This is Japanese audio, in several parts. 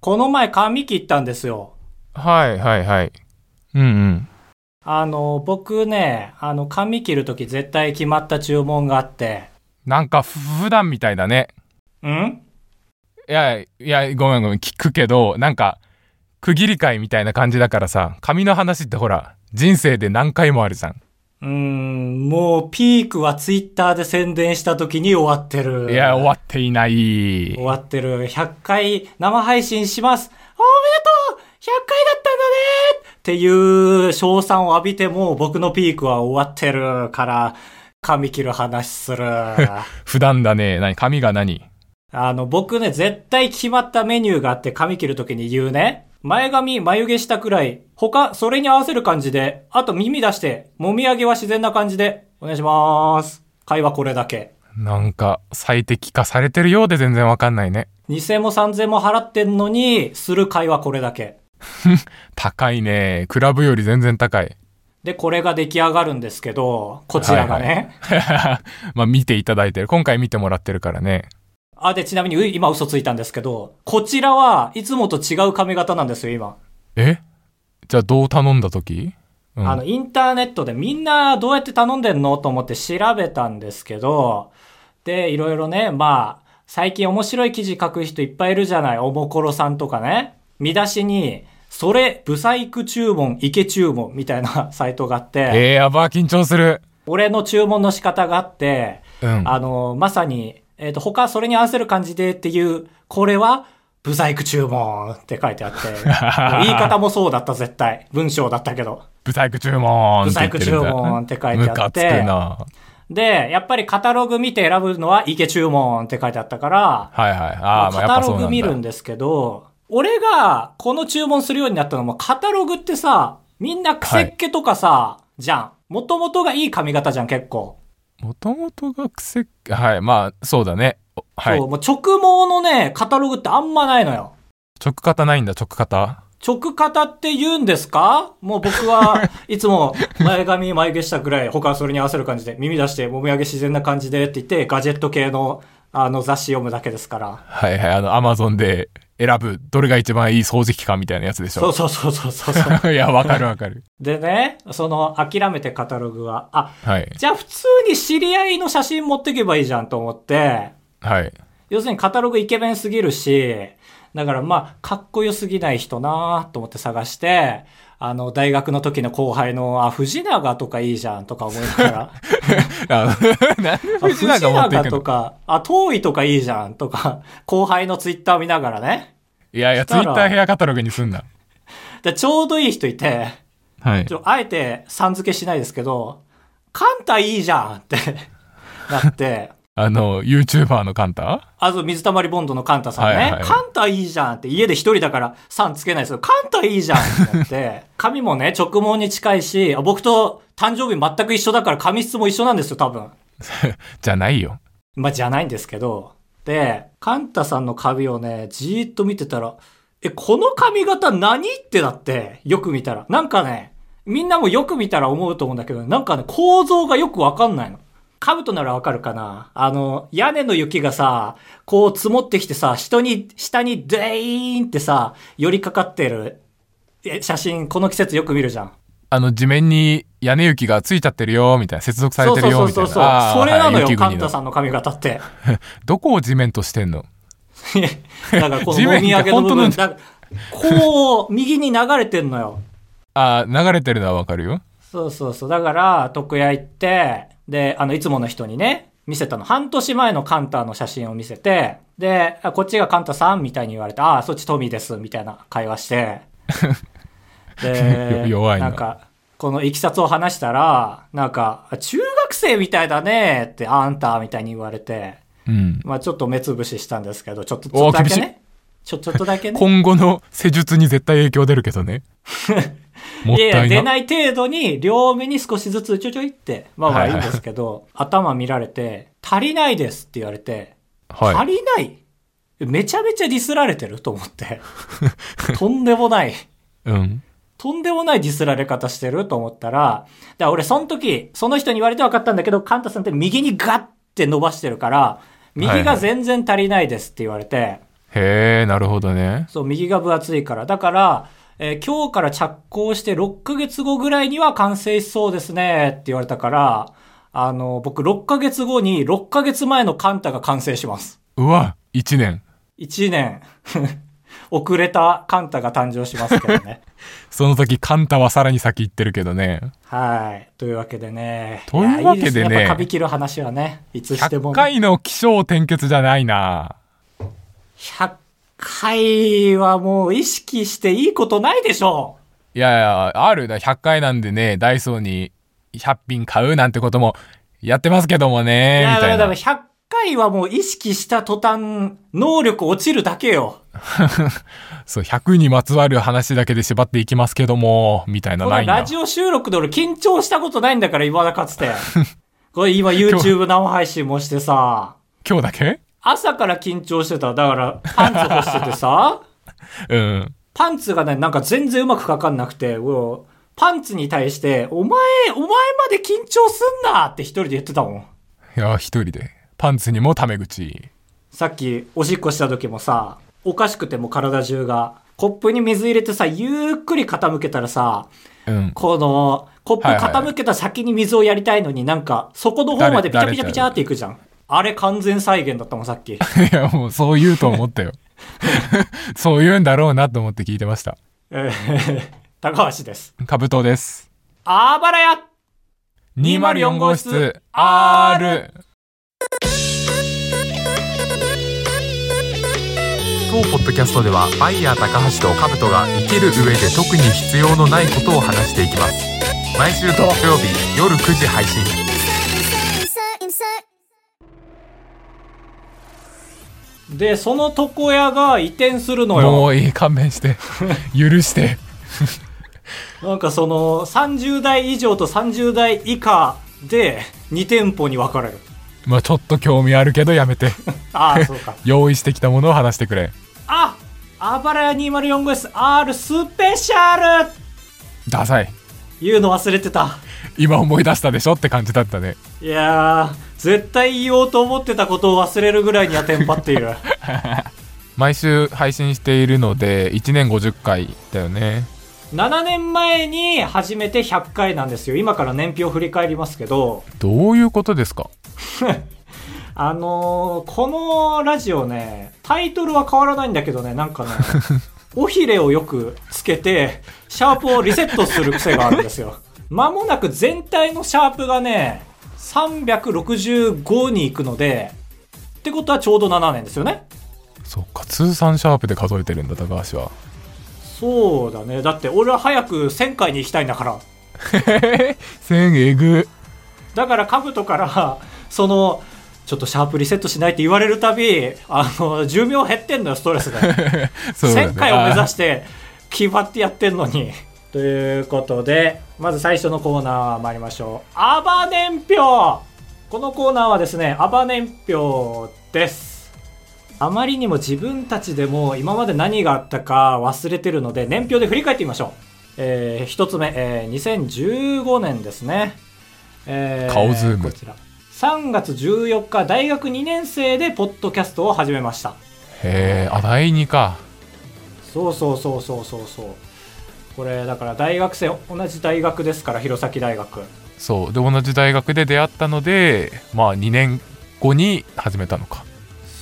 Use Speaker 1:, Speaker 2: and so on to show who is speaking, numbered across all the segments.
Speaker 1: この前髪切ったんですよ。
Speaker 2: はいはいはい。うんうん。
Speaker 1: あの、僕ね、あの、髪切るとき絶対決まった注文があって。
Speaker 2: なんかふ普段みたいだね。
Speaker 1: ん
Speaker 2: いやいや、ごめんごめん、聞くけど、なんか、区切り会みたいな感じだからさ、髪の話ってほら、人生で何回もあるじゃん。
Speaker 1: うーん、もうピークはツイッターで宣伝したときに終わってる。
Speaker 2: いや、終わっていない
Speaker 1: 終。わってる。100回生配信します。おめでとう !100 回だったんだねっていう賞賛を浴びても僕のピークは終わってるから、髪切る話す る。
Speaker 2: 普段だね。何髪が何
Speaker 1: あの、僕ね、絶対決まったメニューがあって髪切るときに言うね。前髪、眉毛したくらい。他、それに合わせる感じで。あと耳出して。もみ上げは自然な感じで。お願いします。会話これだけ。
Speaker 2: なんか、最適化されてるようで全然わかんないね。
Speaker 1: 2000も3000も払ってんのに、する会話これだけ。
Speaker 2: 高いね。クラブより全然高い。
Speaker 1: で、これが出来上がるんですけど、こちらがね。
Speaker 2: まあ見ていただいてる。今回見てもらってるからね。
Speaker 1: あ、で、ちなみにう今嘘ついたんですけど、こちらはいつもと違う髪型なんですよ、今。
Speaker 2: えじゃあどう頼んだ時うん。
Speaker 1: あの、インターネットでみんなどうやって頼んでんのと思って調べたんですけど、で、いろいろね、まあ、最近面白い記事書く人いっぱいいるじゃない、おもころさんとかね。見出しに、それ、ブサイク注文、イケ注文みたいな サイトがあって、
Speaker 2: えー、やばー、緊張する。
Speaker 1: 俺の注文の仕方があって、
Speaker 2: うん。
Speaker 1: あの、まさに、えっ、と、他それに合わせる感じでっていう、これは、ブサイク注文って書いてあって、 言い方もそうだった、絶対。文章だったけど。
Speaker 2: ブサイク注文
Speaker 1: ブサイク注文って書いてあって
Speaker 2: ムカつくな。
Speaker 1: で、やっぱりカタログ見て選ぶのは池注文って書いてあったから、
Speaker 2: はいはい。ああ、まあや
Speaker 1: カ
Speaker 2: っ
Speaker 1: タ
Speaker 2: ぱそう
Speaker 1: ロ
Speaker 2: なん
Speaker 1: グ
Speaker 2: だ。
Speaker 1: 見るんですけど、俺がこの注文するようになったのもカタログってさ、みんなクセっ気とかさ、じゃん。もともとがいい髪型じゃん、結構。
Speaker 2: もともとが癖、はい、まあ、そうだね。おはい
Speaker 1: そう、。もう直毛のね、カタログってあんまないのよ。
Speaker 2: 直肩ないんだ、直肩。
Speaker 1: 直型って言うんですかもう僕 はいつも前髪眉毛したくらい他はそれに合わせる感じで耳出してもみ上げ自然な感じでって言ってガジェット系のあの雑誌読むだけですから。
Speaker 2: はいはい、あの、アマゾンで選ぶ、どれが一番いい掃除機かみたいなやつでし
Speaker 1: そう
Speaker 2: ょ。
Speaker 1: そうそうそうそう そう。
Speaker 2: いや、わかるわかる。
Speaker 1: でね、その諦めてカタログは、あ、
Speaker 2: はい。
Speaker 1: じゃあ普通に知り合いの写真持ってけばいいじゃんと思って、
Speaker 2: はい。
Speaker 1: 要するにカタログイケメンすぎるし、だからまあ、かっこよすぎない人なと思って探して、あの、大学の時の後輩の、あ、藤永とかいいじゃんとか思いながら、
Speaker 2: あの なんで
Speaker 1: あ
Speaker 2: 藤永持っていく
Speaker 1: と
Speaker 2: の
Speaker 1: か、あ、遠いとかいいじゃんとか、後輩のツイッター見ながらね。
Speaker 2: いやいや、
Speaker 1: し
Speaker 2: ツイ
Speaker 1: たら
Speaker 2: ッターヘアカタログにすんな。
Speaker 1: で、ちょうどいい人いて、
Speaker 2: はい
Speaker 1: ち。ょ、あえてさん付けしないですけど、カンタいいじゃんって なって、
Speaker 2: あの、YouTuber のカンタ
Speaker 1: あと水溜りボンドのカンタさんね、
Speaker 2: はいはい
Speaker 1: カンタいいじゃんって家で一人だからさんつけないですよ。カンタいいじゃんってなって、髪もね、直毛に近いし、あ僕と誕生日全く一緒だから髪質も一緒なんですよ、多分。
Speaker 2: じゃないよ。
Speaker 1: まあ、じゃないんですけど。で、カンタさんの髪をね、じーっと見てたら、え、この髪型何ってなって、よく見たら。なんかね、みんなもよく見たら思うと思うんだけど、なんかね、構造がよくわかんないの。カブトならわかるかなあの、屋根の雪がさ、こう積もってきてさ、人に、下にデーンってさ、寄りかかってる、え写真、この季節よく見るじゃん。
Speaker 2: あの、地面に屋根雪がついちゃってるよ、みたいな。接続され
Speaker 1: そう
Speaker 2: て
Speaker 1: そう
Speaker 2: る
Speaker 1: そ
Speaker 2: よ、
Speaker 1: う
Speaker 2: みた
Speaker 1: そ
Speaker 2: いうな。
Speaker 1: そう。それなのよ、カンタ
Speaker 2: ん。
Speaker 1: さんの髪型って。
Speaker 2: どこを地面としてんの
Speaker 1: だからこ
Speaker 2: 地
Speaker 1: の
Speaker 2: 面
Speaker 1: 飲み上げの部分、
Speaker 2: が
Speaker 1: だこう、右に流れてんのよ。
Speaker 2: ああ、流れてるのはわか るよ。、
Speaker 1: そうそうそう。だから、徳屋行って、で、あの、いつもの人にね、見せたの。半年前のカンタの写真を見せて、で、あこっちがカンタさんみたいに言われて、ああ、そっちトミーです、みたいな会話して。で
Speaker 2: 弱いなん
Speaker 1: か、このいきさつを話したら、なんか、あ中学生みたいだねって、ああんたみたいに言われて、
Speaker 2: うん。
Speaker 1: まあちょっと目つぶししたんですけど、ちょっと、ち
Speaker 2: お
Speaker 1: ょ
Speaker 2: お
Speaker 1: っとだけ
Speaker 2: 厳し
Speaker 1: ね。ちょ、ちょっとだけね。
Speaker 2: 今後の施術に絶対影響出るけ どね。もっ
Speaker 1: いやい
Speaker 2: た
Speaker 1: や、
Speaker 2: い
Speaker 1: 出
Speaker 2: な。
Speaker 1: ない程度に、両目に少しずつちょちょいって、まあま
Speaker 2: は
Speaker 1: あ
Speaker 2: い
Speaker 1: いい
Speaker 2: は
Speaker 1: ん
Speaker 2: い
Speaker 1: ですけど、頭見られて、足りないですって言われて、
Speaker 2: は
Speaker 1: 足
Speaker 2: い。
Speaker 1: りないめちゃめちゃディスられてると思 って。とんでもない。
Speaker 2: うん。
Speaker 1: とんでもないディスられ方してると思ったら、だから俺その時、その人に言われて分かったんだけど、カンタさんって右にガッて伸ばしてるから、右が全然足りないですって言われて、
Speaker 2: へえ、なるほどね。
Speaker 1: そう、右が分厚いから。だから、えー今日から着工して6ヶ月後ぐらいには完成しそうですねって言われたから、あの、僕6ヶ月後に6ヶ月前のカンタが完成します。
Speaker 2: うわ、1年。
Speaker 1: 1年、 遅れたカンタが誕生しますけど ね。
Speaker 2: その時、カンタはさらに先行ってるけどね。
Speaker 1: はい。というわけでね。
Speaker 2: というわけ
Speaker 1: い
Speaker 2: でね
Speaker 1: やいいすやっぱカビ切る話はね、いつしても
Speaker 2: 100
Speaker 1: ね。
Speaker 2: 回の起承転結じゃないな。
Speaker 1: 100回はもう意識していいことないでしょ
Speaker 2: いやいや、あるだ、100回なんでね、ダイソーに100品買うなんてこともやってますけども
Speaker 1: う。い
Speaker 2: ね、
Speaker 1: や、
Speaker 2: みたい
Speaker 1: だ
Speaker 2: な
Speaker 1: から。100回はもう意識した途端、能力落ちるだけよ。
Speaker 2: そう、100にまつわる話だけで縛っていきますけども、みたいな
Speaker 1: こ
Speaker 2: な
Speaker 1: の
Speaker 2: いんだ
Speaker 1: ラ。ジオ収録で俺緊張したことないんだから、今だかつ て。これ今 YouTube 生配信もしてさ、
Speaker 2: 今日だけ
Speaker 1: 朝から緊張してた。だから、パンツ干してて さ、
Speaker 2: うん。
Speaker 1: パンツがね、なんか全然うまくかかんなくて、もうパンツに対して、お前、お前まで緊張すんなって一人で言ってたもん。
Speaker 2: いや、一人で。パンツにもタメ口。
Speaker 1: さっきおしっこした時もさ、おかしくてもう体中が、コップに水入れてさ、ゆっくり傾けたらさ、
Speaker 2: うん。
Speaker 1: この、コップ傾けた先に水をやりたいのに、なんか、そこの方までピチャ
Speaker 2: 誰
Speaker 1: ピチャピチャっていくじゃん。あれ完全再現だったもん、さっき。
Speaker 2: いや、もうそう言うと思ったよ。そう言うんだろうなと思って聞いてました。
Speaker 1: えー高橋です。
Speaker 2: カブトです。
Speaker 1: あばらや
Speaker 2: 204号室 R! 当ポッドキャストではバイヤー高橋とカブトが生きる上で特に必要のないことを話していきます毎週土曜日夜9時配信
Speaker 3: Insert, insert, insert.
Speaker 1: で、その床屋が移転するのよ。
Speaker 2: もういい勘弁して 許して
Speaker 1: なんかその30代以上と30代以下で2店舗に分かれる。
Speaker 2: まあちょっと興味あるけどやめ て
Speaker 1: ああ、そうか。
Speaker 2: 用意してきたものを話してくれ
Speaker 1: ああばらや204号室 R スペシャル
Speaker 2: ダサい
Speaker 1: 言うの忘れてた。
Speaker 2: 今思い出したでしょって感じだったね
Speaker 1: いやー、絶対言おうと思ってたことを忘れるぐらいにはテンパっている。
Speaker 2: 毎週配信しているので1年50回だよね
Speaker 1: 7年前に始めて100回なんですよ。今から年表を振り返りますけど、
Speaker 2: どういうことですか
Speaker 1: あのー、このラジオね、タイトルは変わらないんだけどね、なんかね、尾ひれをよくつけて、シャープをリセットする癖があるんですよ。まもなく全体のシャープがね、365に行くので、ってことはちょうど7年ですよね。
Speaker 2: そっか通算シャープで数えてるんだ高橋 は
Speaker 1: そうだね。だって俺は早く1000回に行きたいんだから。
Speaker 2: 千えぐ
Speaker 1: だからカブトから、その、ちょっとシャープリセットしないって言われるたび、あの、寿命減ってんのよ、ストレスで。
Speaker 2: そうだね
Speaker 1: 1000回を目指して決まってやってんのに。 ということで、まず最初のコーナー参りましょう。アバ年表このコーナーはですね、アバ年表です。あまりにも自分たちでも今まで何があったか忘れてるので、年表で振り返ってみましょう。え1つ目、えー2015年ですね。え
Speaker 2: 顔ズーム
Speaker 1: こちら。3月14日、大学2年生でポッドキャストを始めました。
Speaker 2: へえあ第2か
Speaker 1: そうそうそうそうそうそうこれだから大学生同じ大学ですから弘前大学
Speaker 2: そうで同じ大学で出会ったのでまあ2年後に始めたのか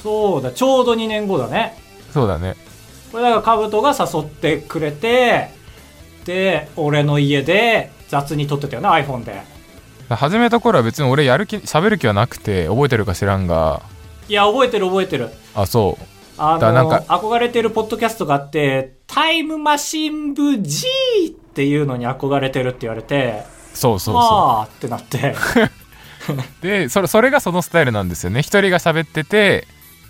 Speaker 1: そうだちょうど2年後だね
Speaker 2: そうだね
Speaker 1: これだから兜が誘ってくれてで俺の家で雑に撮ってたよな iPhone で
Speaker 2: 始めた頃は別に俺やる気喋る気はなくて覚えてるか知らんが
Speaker 1: いや覚えてる覚えてる
Speaker 2: あそ
Speaker 1: あ
Speaker 2: だ
Speaker 1: の
Speaker 2: なんか
Speaker 1: 憧れてるポッドキャストがあってタイムマシン部 G っていうのに憧れてるって言われて
Speaker 2: うそうそうそ
Speaker 1: ああってなって
Speaker 2: うでそれそれがそのスタイルなんですよね一人が喋ってて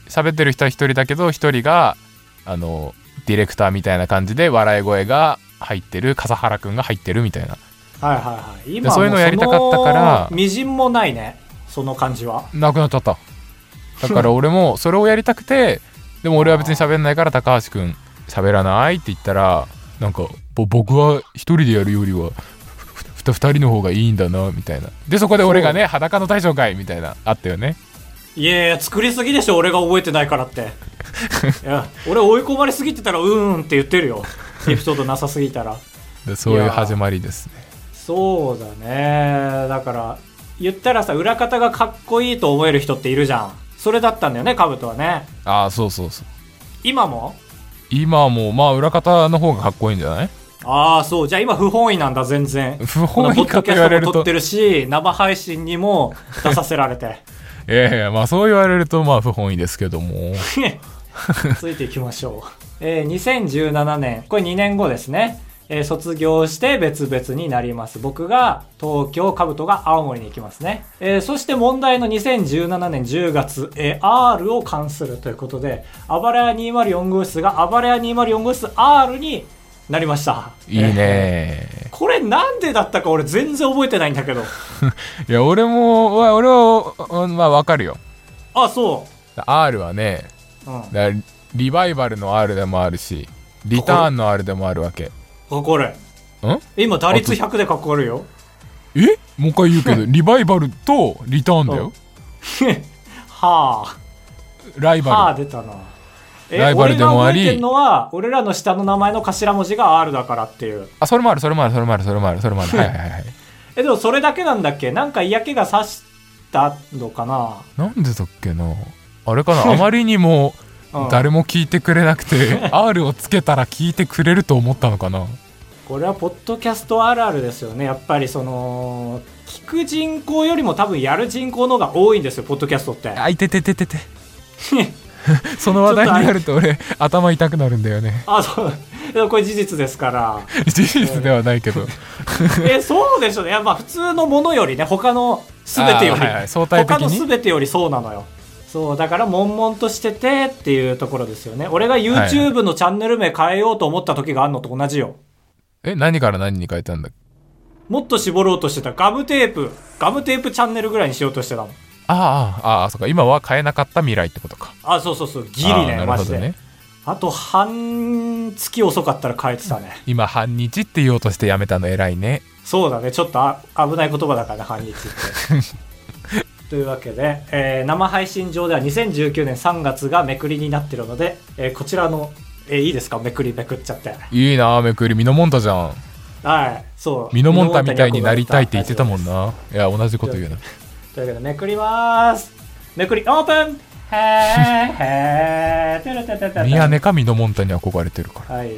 Speaker 2: 喋ってる人は一人だけど一人があのディレクターみたいな感じで笑い声が入ってる笠原くんが入ってるみたいな
Speaker 1: はいはい はい今は
Speaker 2: そういうのやりたかったか
Speaker 1: も
Speaker 2: ら
Speaker 1: うそのみじんもないねその感じは
Speaker 2: なくなっちゃっただから俺 もそれをやりたくてでも俺は別に喋んないから高橋くん喋らないって言ったらなんかぼ僕は一人でやるよりはふふふた二人の方がいいんだなみたいなでそこで俺がね裸の大将会みたいなあったよね
Speaker 1: いやいや、作りすぎでしょ、俺が覚えてないからって。いや俺追い込まれすぎてたらうーんって言ってるよエピソードなさすぎたら
Speaker 2: でそういう始まりですね
Speaker 1: そうだねだから言ったらさ裏方がかっこいいと思える人っているじゃんそれだったんだよねカブトはね
Speaker 2: ああそうそうそう
Speaker 1: 今も
Speaker 2: 今はもうまあ裏方の方がかっこいいんじゃない
Speaker 1: ああそうじゃあ今不本意なんだ全然
Speaker 2: 不本意かと言われ
Speaker 1: こ
Speaker 2: る
Speaker 1: のポッドキャストも撮
Speaker 2: と
Speaker 1: ってるし生配信にも出させられて
Speaker 2: いやいやまあそう言われるとまあ不本意ですけども
Speaker 1: ついていきましょう、えー2017年これ2年後ですね、えー卒業して別々になります僕が東京カブトが青森に行きますね、えーそして問題の2017年10月、えー R を関するということであばらや204号室があばらや204号室 R になりました
Speaker 2: いいね
Speaker 1: これなんでだったか俺全然覚えてないんだけど
Speaker 2: いや俺もわ俺はうんまあわかるよ
Speaker 1: あそ
Speaker 2: R はね
Speaker 1: う、うん、
Speaker 2: だからリバイバルの R でもあるしリターンの R でもあるわけん
Speaker 1: かっこ悪い今打率100でかっこ悪いよ
Speaker 2: えもう一回言うけ どリバイバルとリターンだよ
Speaker 1: はあ
Speaker 2: ライ
Speaker 1: はあ
Speaker 2: バ
Speaker 1: 出たなえ
Speaker 2: ライバルでもあ
Speaker 1: 俺が覚
Speaker 2: り
Speaker 1: えてんのは俺らの下の名前の頭文字が R だからっていう
Speaker 2: ルあそれもあるそれもあるそれもあるそれもあるそれもあ るはいはいはい
Speaker 1: えでもそれだけなんだっけなんか嫌気がさしたのかな
Speaker 2: なんでだっけなあれかなあまりに も
Speaker 1: うん
Speaker 2: 誰も聞いてくれなくて R をつけたら聞いてくれると思ったのかな
Speaker 1: これはポッドキャストあるあるですよねやっぱりその聞く人口よりも多分やる人口の方が多いんですよポッドキャストって
Speaker 2: あいててててて その話題になると俺頭痛くなるんだよ ね
Speaker 1: あそう でもこれ事実ですから
Speaker 2: 事実ではないけど
Speaker 1: えそうでしょねいやまあ普通のものよりね他の全てより、
Speaker 2: あーはいはい相対的に
Speaker 1: 他の全てよりそうなのよそうだから悶々としててっていうところですよね俺が YouTube のチャンネル名変えようと思った時があるのと同じよ
Speaker 2: え何から何に変えたんだっけ
Speaker 1: もっと絞ろうとしてたガムテープガムテープチャンネルぐらいにしようとしてたの
Speaker 2: ああああああそうか今は変えなかった未来ってことか
Speaker 1: あそうそうそうギリね
Speaker 2: ああな
Speaker 1: マ
Speaker 2: るほ
Speaker 1: ジ
Speaker 2: ど
Speaker 1: で、
Speaker 2: ね
Speaker 1: あと半月遅かったら変えてたね
Speaker 2: 今半日って言おうとしてやめたの偉いね
Speaker 1: そうだね、ちょっとあ危ない言葉だからね、反 日って。というわけで、えー生配信上では2019年3月がめくりになってるので、えーこちらの、えーいいですか、めくりめくっちゃって。
Speaker 2: いいなあめくりミノモンタじゃん
Speaker 1: はい、そう。
Speaker 2: ミノモンタみたいになりたいって言ってたもん
Speaker 1: ね。
Speaker 2: ないや同じこと言うな
Speaker 1: というわけで、めくりまーす。めくり、オープンへーへー、てるてててて
Speaker 2: 宮根かミノモンタに憧れてるから
Speaker 1: はい。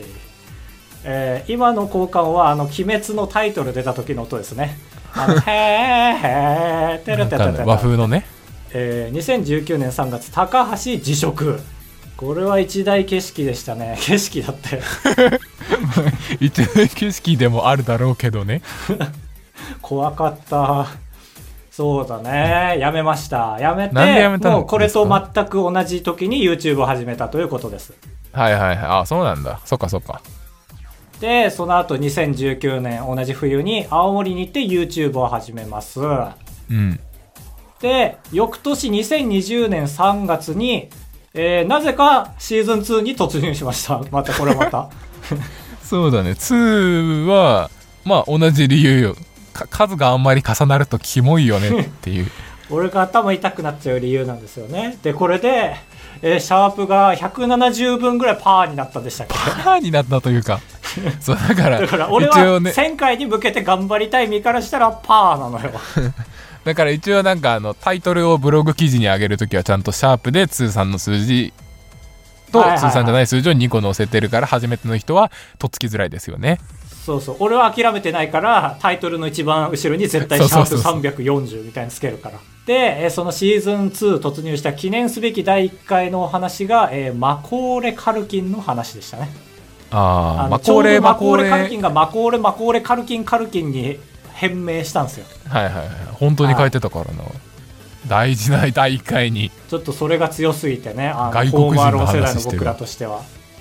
Speaker 1: えー今の交換は、あの、鬼滅のタイトル出た時の音ですね。あのへーへー、てる
Speaker 2: なん
Speaker 1: て
Speaker 2: か
Speaker 1: て
Speaker 2: ね
Speaker 1: て
Speaker 2: 和風のね
Speaker 1: えー2019年3月高橋辞職これは一大景色でしたね 景色だって
Speaker 2: 一面景色でもあるだろうけどね
Speaker 1: 怖かったそうだねやめましたやめて
Speaker 2: なんでやめたんですか
Speaker 1: もうこれと全く同じ時に YouTube を始めたということです
Speaker 2: はいはいはいあそうなんだそっかそっか
Speaker 1: でその後2019年同じ冬に青森に行って YouTube を始めます
Speaker 2: うん
Speaker 1: で翌年2020年3月に、えーなぜかシーズン2に突入しましたまたこれま た
Speaker 2: そうだね2はまあ同じ理由よか数があんまり重なるとキモいよねっていう
Speaker 1: 俺が頭痛くなっちゃう理由なんですよねでこれで、えーシャープが170分ぐらいパーになったんでしたっけ
Speaker 2: パーになったとい うかそうだから
Speaker 1: だから俺は
Speaker 2: 一応ね
Speaker 1: 1000回に向けて頑張りたい身からしたらパーなのよ
Speaker 2: だから一応なんかあのタイトルをブログ記事に上げるときはちゃんとシャープで通算の数字と
Speaker 1: はいはいはい
Speaker 2: 通算じゃない数字を2個載せてるから初めての人はとっつきづらいですよね
Speaker 1: そうそう俺は諦めてないからタイトルの一番後ろに絶対
Speaker 2: そう
Speaker 1: シャ
Speaker 2: そう
Speaker 1: ープ
Speaker 2: そうそ
Speaker 1: 340
Speaker 2: う
Speaker 1: みたいにつけるからで、えーそのシーズン2突入した記念すべき第1回のお話が、えーマコーレ・カルキンの話でしたね
Speaker 2: ああ
Speaker 1: の
Speaker 2: マコー
Speaker 1: ちょう
Speaker 2: レ
Speaker 1: ど
Speaker 2: マ
Speaker 1: マ
Speaker 2: コ
Speaker 1: コ
Speaker 2: ー
Speaker 1: ー
Speaker 2: レ
Speaker 1: レ・
Speaker 2: は
Speaker 1: カ
Speaker 2: い
Speaker 1: ルキンがマコーレ・マコーレ・カルキン・カルキンに変名したんですよ
Speaker 2: はいはい本当に書いてたからな大事な第1回に
Speaker 1: ちょっとそれが強すぎてね、あ
Speaker 2: 外
Speaker 1: の
Speaker 2: 国
Speaker 1: ホー
Speaker 2: 人
Speaker 1: ム
Speaker 2: の
Speaker 1: アロー世代
Speaker 2: 話
Speaker 1: の
Speaker 2: してる
Speaker 1: 僕らとしては。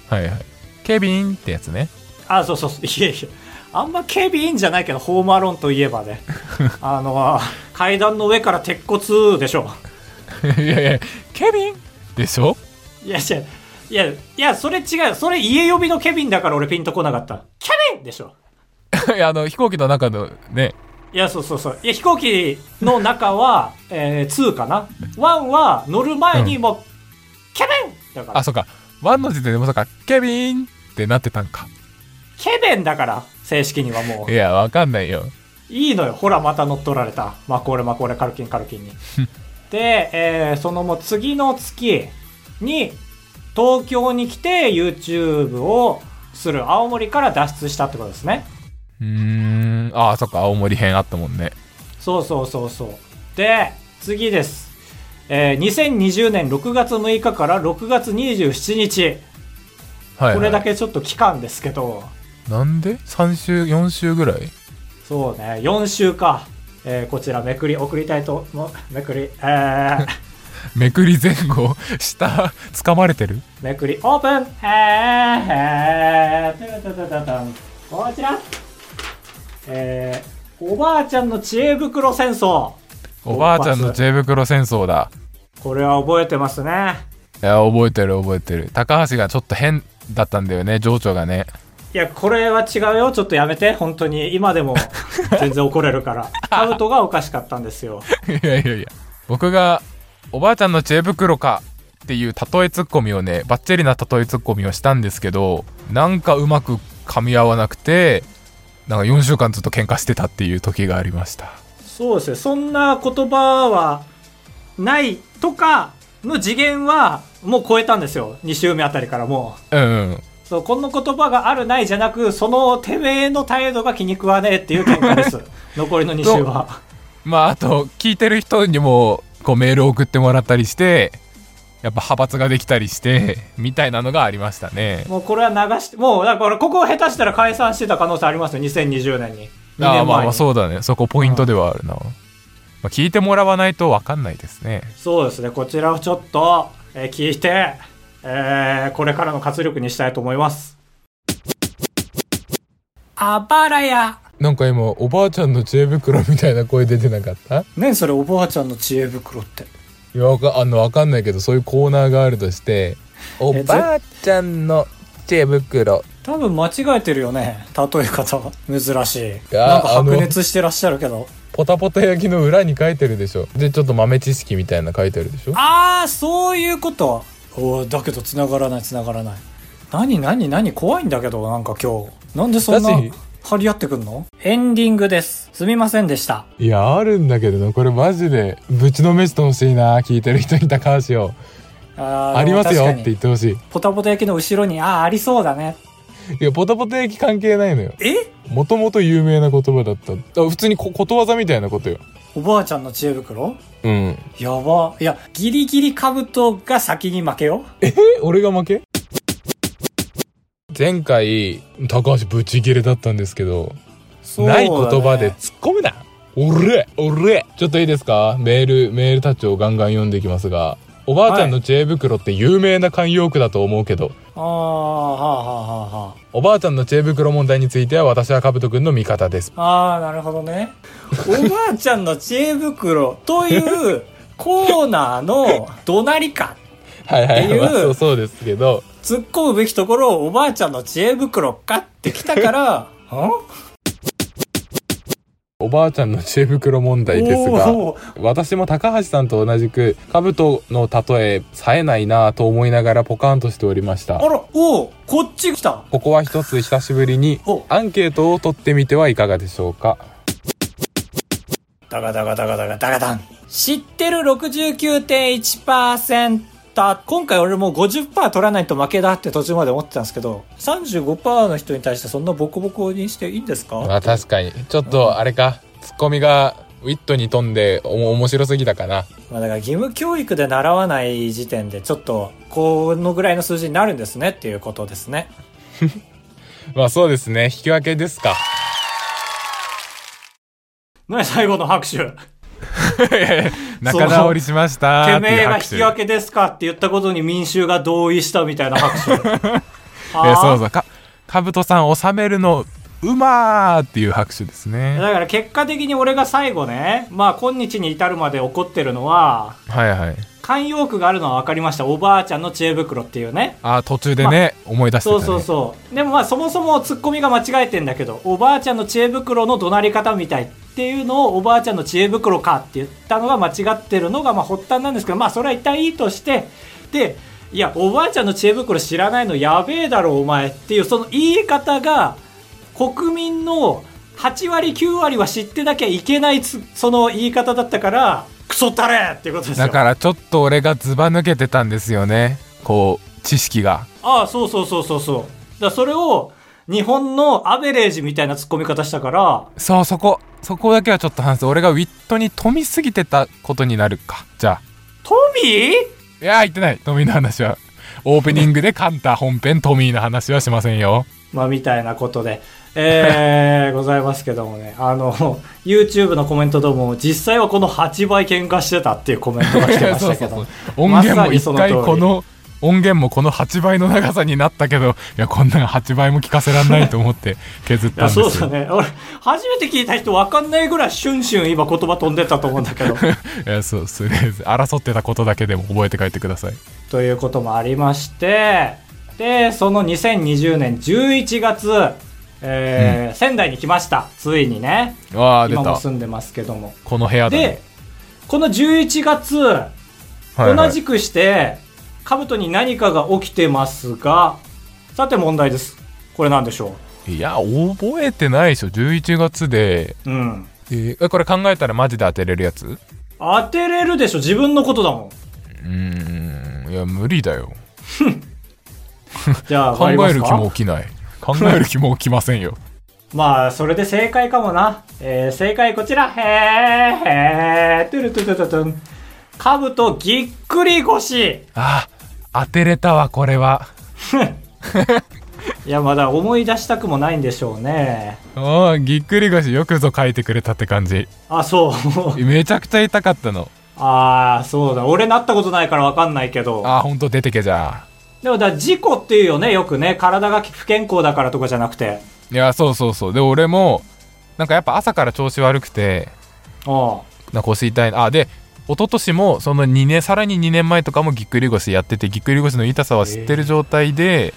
Speaker 2: はいはいケビンってやつね
Speaker 1: あ、そうそうそう、いえいえ、あんま警備いいんじゃないけど、ホームアローンといえば ね、あの、階段の上から鉄骨でしょ。
Speaker 2: いやいやケビンでしょ
Speaker 1: いや、いや、いや、いやそれ違う、それ家呼びのケビンだから俺ピンとこなかった。ケビンでしょ。
Speaker 2: いやあの飛行機の中のね
Speaker 1: いや、そうそうそう。いや、飛行機の中は、えー、2かな。1は乗る前にもう、ケビンだから
Speaker 2: あ、そうか。ワンの時点でもそうか、ケビンってなってたんか。
Speaker 1: ケベンだから正式にはも
Speaker 2: いや、わかんないよ。
Speaker 1: ういいのよほらまた乗っ取られたマコーレマコーレカルキンカルキンにで、えーそのもう次の月に東京に来て YouTube をする青森から脱出したってことですね
Speaker 2: うーん。ああ、そっか、青森編あったもんね。
Speaker 1: そうそうそうそうで次です、えー2020年6月6日から6月27日
Speaker 2: はい、はい。
Speaker 1: これだけちょっと期間ですけど、
Speaker 2: なんで ?3 週、4週ぐらい
Speaker 1: そうね4週か、えーこちらめくり送りたいともめくりえー
Speaker 2: めくり前後、 下、掴まれてる
Speaker 1: めくりオープンえーえートゥトゥトゥトゥンこちらえーおばあちゃんの知恵袋戦争
Speaker 2: おばあちゃんの知恵袋戦争だ。
Speaker 1: これは覚えてますね
Speaker 2: いや、覚えてる覚えてる。高橋がちょっと変だったんだよね、情緒がね。
Speaker 1: いや、これは違うよ。ちょっとやめて。本当に。今でも全然怒れるから。カウトがおかしかったんですよ。
Speaker 2: いやいやいや。僕が、おばあちゃんの知恵袋かっていう例えツッコミをね、バッチリな例えツッコミをしたんですけど、なんかうまく噛み合わなくて、なんか4週間ずっと喧嘩してたっていう時がありました。
Speaker 1: そうですね。そんな言葉はないとかの次元はもう超えたんですよ。2週目あたりからもう。
Speaker 2: うん、うん。
Speaker 1: そう、この言葉があるないじゃなく、そのてめえの態度が気に食わねえっていう喧嘩 です。残りの2週は。
Speaker 2: まあ、あと、聞いてる人にも、こうメールを送ってもらったりして、やっぱ派閥ができたりして、みたいなのがありましたね。
Speaker 1: もうこれは流して、もうだからここを下手したら解散してた可能性ありますよ。2020年に。2
Speaker 2: ああ
Speaker 1: 年
Speaker 2: まあ
Speaker 1: 前
Speaker 2: ま
Speaker 1: に
Speaker 2: あ。そうだねそこポイントではあるな、まあ、聞いてもらわないと分かんないですね
Speaker 1: そうですね、こちらをちょっと、えー聞いて、えーこれからの活力にしたいと思います。あばらや。
Speaker 2: なんか今おばあちゃんの知恵袋みたいな声出てなかった
Speaker 1: ねそれおばあちゃんの知恵袋って。
Speaker 2: いやわかあの分かんないけどそういうコーナーがあるとしておばあちゃんの知恵袋
Speaker 1: 多分間違えてるよね、例え方。珍しい。
Speaker 2: や
Speaker 1: なんか
Speaker 2: あの
Speaker 1: 白熱してらっしゃるけど。
Speaker 2: ポタポタ焼きの裏に書いてるでしょでちょっと豆知識みたいなの書いてるでしょ
Speaker 1: あー、そういうこと。おーだけど繋がらない繋がらない。何何何怖いんだけど、なんか今日。なんでそんな
Speaker 2: だし
Speaker 1: 張り合ってくんのエンディングです。すみませんでした。
Speaker 2: いやあるんだけどなこれマジでぶちのめしてほしいな聞いてる人に高橋を
Speaker 1: あー
Speaker 2: あります
Speaker 1: で
Speaker 2: よ
Speaker 1: も確か
Speaker 2: っ
Speaker 1: に
Speaker 2: て言ってほしい
Speaker 1: ポタポタ焼きの後ろに、ああ、ありそうだね。
Speaker 2: いやポタポタ焼き関係ないのよ
Speaker 1: え
Speaker 2: もともと有名な言葉だったあ普通にこことわざみたいなことよ
Speaker 1: おばあちゃんの知恵袋
Speaker 2: うん
Speaker 1: やば。いや、ギリギリ兜が先に負けよ。
Speaker 2: え俺が負け前回高橋ブチギレだったんですけど、
Speaker 1: そうだ
Speaker 2: ない
Speaker 1: ね
Speaker 2: 言葉で突っ込むな俺俺ちょっといいですかメールメールたちをガンガン読んでいきますがおばあちゃんの知恵袋って有名な慣用句だと思うけど、
Speaker 1: ああ、はあはあはあは
Speaker 2: おばあちゃんの知恵袋問題については私はカブト君の味方です
Speaker 1: あ。ああ、なるほどね。おばあちゃんの知恵袋というコーナーの怒鳴りか。
Speaker 2: はいは
Speaker 1: っていう
Speaker 2: まあそうそうですけど
Speaker 1: 突っ込むべきところをおばあちゃんの知恵袋かってきた から、ん
Speaker 2: おばあちゃんの知恵袋問題ですが
Speaker 1: おー
Speaker 2: 私も高橋さんと同じく兜の例え冴えないなぁと思いながらポカンとしておりまし
Speaker 1: あ
Speaker 2: た
Speaker 1: ら、おおこっち来た。
Speaker 2: ここは一つ久しぶりに
Speaker 1: お
Speaker 2: アンケートを取ってみてはいかがでしょうか
Speaker 1: ダガダガダガダガダガダン。知ってる69.1%。今回俺もう50%取らないと負けだって途中まで思ってたんですけど、35%の人に対してそんなボコボコにしていいんですか
Speaker 2: まあ確かにちょっとあれかツッコミがウィットに飛んでおも面白すぎたかな
Speaker 1: まあだから義務教育で習わない時点でちょっと、このぐらいの数字になるんですねっていうことですね。
Speaker 2: まあそうですね引き分けで すか
Speaker 1: 何最後の拍手。
Speaker 2: 仲直りしました
Speaker 1: て
Speaker 2: って
Speaker 1: め
Speaker 2: い
Speaker 1: えが引
Speaker 2: う拍手
Speaker 1: き分けですかって言ったことに民衆が同意したみたいな拍手。
Speaker 2: え
Speaker 1: あ
Speaker 2: ー
Speaker 1: ー
Speaker 2: そうそうか兜さん収めるのうまーっていう拍手ですね
Speaker 1: だから結果的に俺が最後ね、まあ今日に至るまで怒ってるのは、
Speaker 2: はいはい
Speaker 1: 慣用句があるのは分かりました。おばあちゃんの知恵袋っていうね。
Speaker 2: あー途中でね、思い出してた、
Speaker 1: そ
Speaker 2: ね、
Speaker 1: うそうそう。でもまあそもそもツッコミが間違えてんだけど、おばあちゃんの知恵袋の怒鳴り方みたいっていうのをおばあちゃんの知恵袋かって言ったのが間違ってるのがまあ発端なんですけど、まあそれは一旦いいとして、で、いやおばあちゃんの知恵袋知らないのやべえだろお前っていうその言い方が国民の8割9割は知ってなきゃいけないつその言い方だったからクソたれっていうことですよ
Speaker 2: だからちょっと俺がずば抜けてたんですよねこう知識が
Speaker 1: ああそうそうそうそうそうだからそれを日本のアベレージみたいな突っ込み方したから
Speaker 2: そうそこそこだけはちょっと反省俺がウィットに富みすぎてたことになるかじゃあ
Speaker 1: トミー
Speaker 2: いやー言ってない富の話はオープニングでカンタ本編トミーの話はしませんよ
Speaker 1: まあみたいなことで、 えーございますけどもね、あの、YouTube のコメントでも、実際はこの8倍喧嘩してたっていうコメントが来てましたけ
Speaker 2: そう
Speaker 1: ど
Speaker 2: そう、そう音源
Speaker 1: まさ
Speaker 2: も
Speaker 1: に
Speaker 2: 一
Speaker 1: その
Speaker 2: 回
Speaker 1: 通り
Speaker 2: この音源もこの8倍の長さになったけどいやこんなの8倍も聞かせらんないと思って削っ
Speaker 1: い
Speaker 2: た
Speaker 1: や
Speaker 2: んです
Speaker 1: そ
Speaker 2: よ
Speaker 1: うだね。俺、初めて聞いた人分かんないぐらい、シュンシュン今言葉飛んでたと思うんだけ ど。
Speaker 2: いやそうそれ争ってたことだけでも覚えて帰ってください
Speaker 1: ということもありまして、で、その2020年11月、えー仙台に来ました。ついにね。
Speaker 2: ああ出
Speaker 1: 今も
Speaker 2: た
Speaker 1: 住んでますけども。
Speaker 2: この部屋だ、ね
Speaker 1: で、この11月、
Speaker 2: はいはい
Speaker 1: 同じくして兜に何かが起きてますがさて問題ですこれなんでしょ
Speaker 2: いや覚えてないでしょ11月で、
Speaker 1: ううん
Speaker 2: えーこれ考えたらマジで当てれるやつう
Speaker 1: 当てれるでしょ自分のことだもん
Speaker 2: ーんいや無理だよ
Speaker 1: じゃあ
Speaker 2: 考
Speaker 1: 参
Speaker 2: え
Speaker 1: り
Speaker 2: る
Speaker 1: ます
Speaker 2: 気
Speaker 1: か
Speaker 2: も起きない考える気も起きませ んよ
Speaker 1: まあそれで正解かもな、えー正解こちらへーへートゥルトゥルトゥルトゥルン兜ぎっくり腰
Speaker 2: あー当てれたわこれはい
Speaker 1: やまだ思い出したくもないんでしょうね
Speaker 2: あーぎっくり腰よくぞ書いてくれたって感じ
Speaker 1: あそう
Speaker 2: めちゃくちゃ痛かったの
Speaker 1: ああそうだ俺なったことないからわかんないけど
Speaker 2: あーほんと出てけじゃあ
Speaker 1: でもだから事故っていうよねよくね体が不健康だからとかじゃなくて
Speaker 2: いやそうそうそうで俺もなんかやっぱ朝から調子悪くて
Speaker 1: お
Speaker 2: なんか腰痛いなあで一昨年もその2年さらに2年前とかもぎっくり腰やっててぎっくり腰の痛さは知ってる状態で、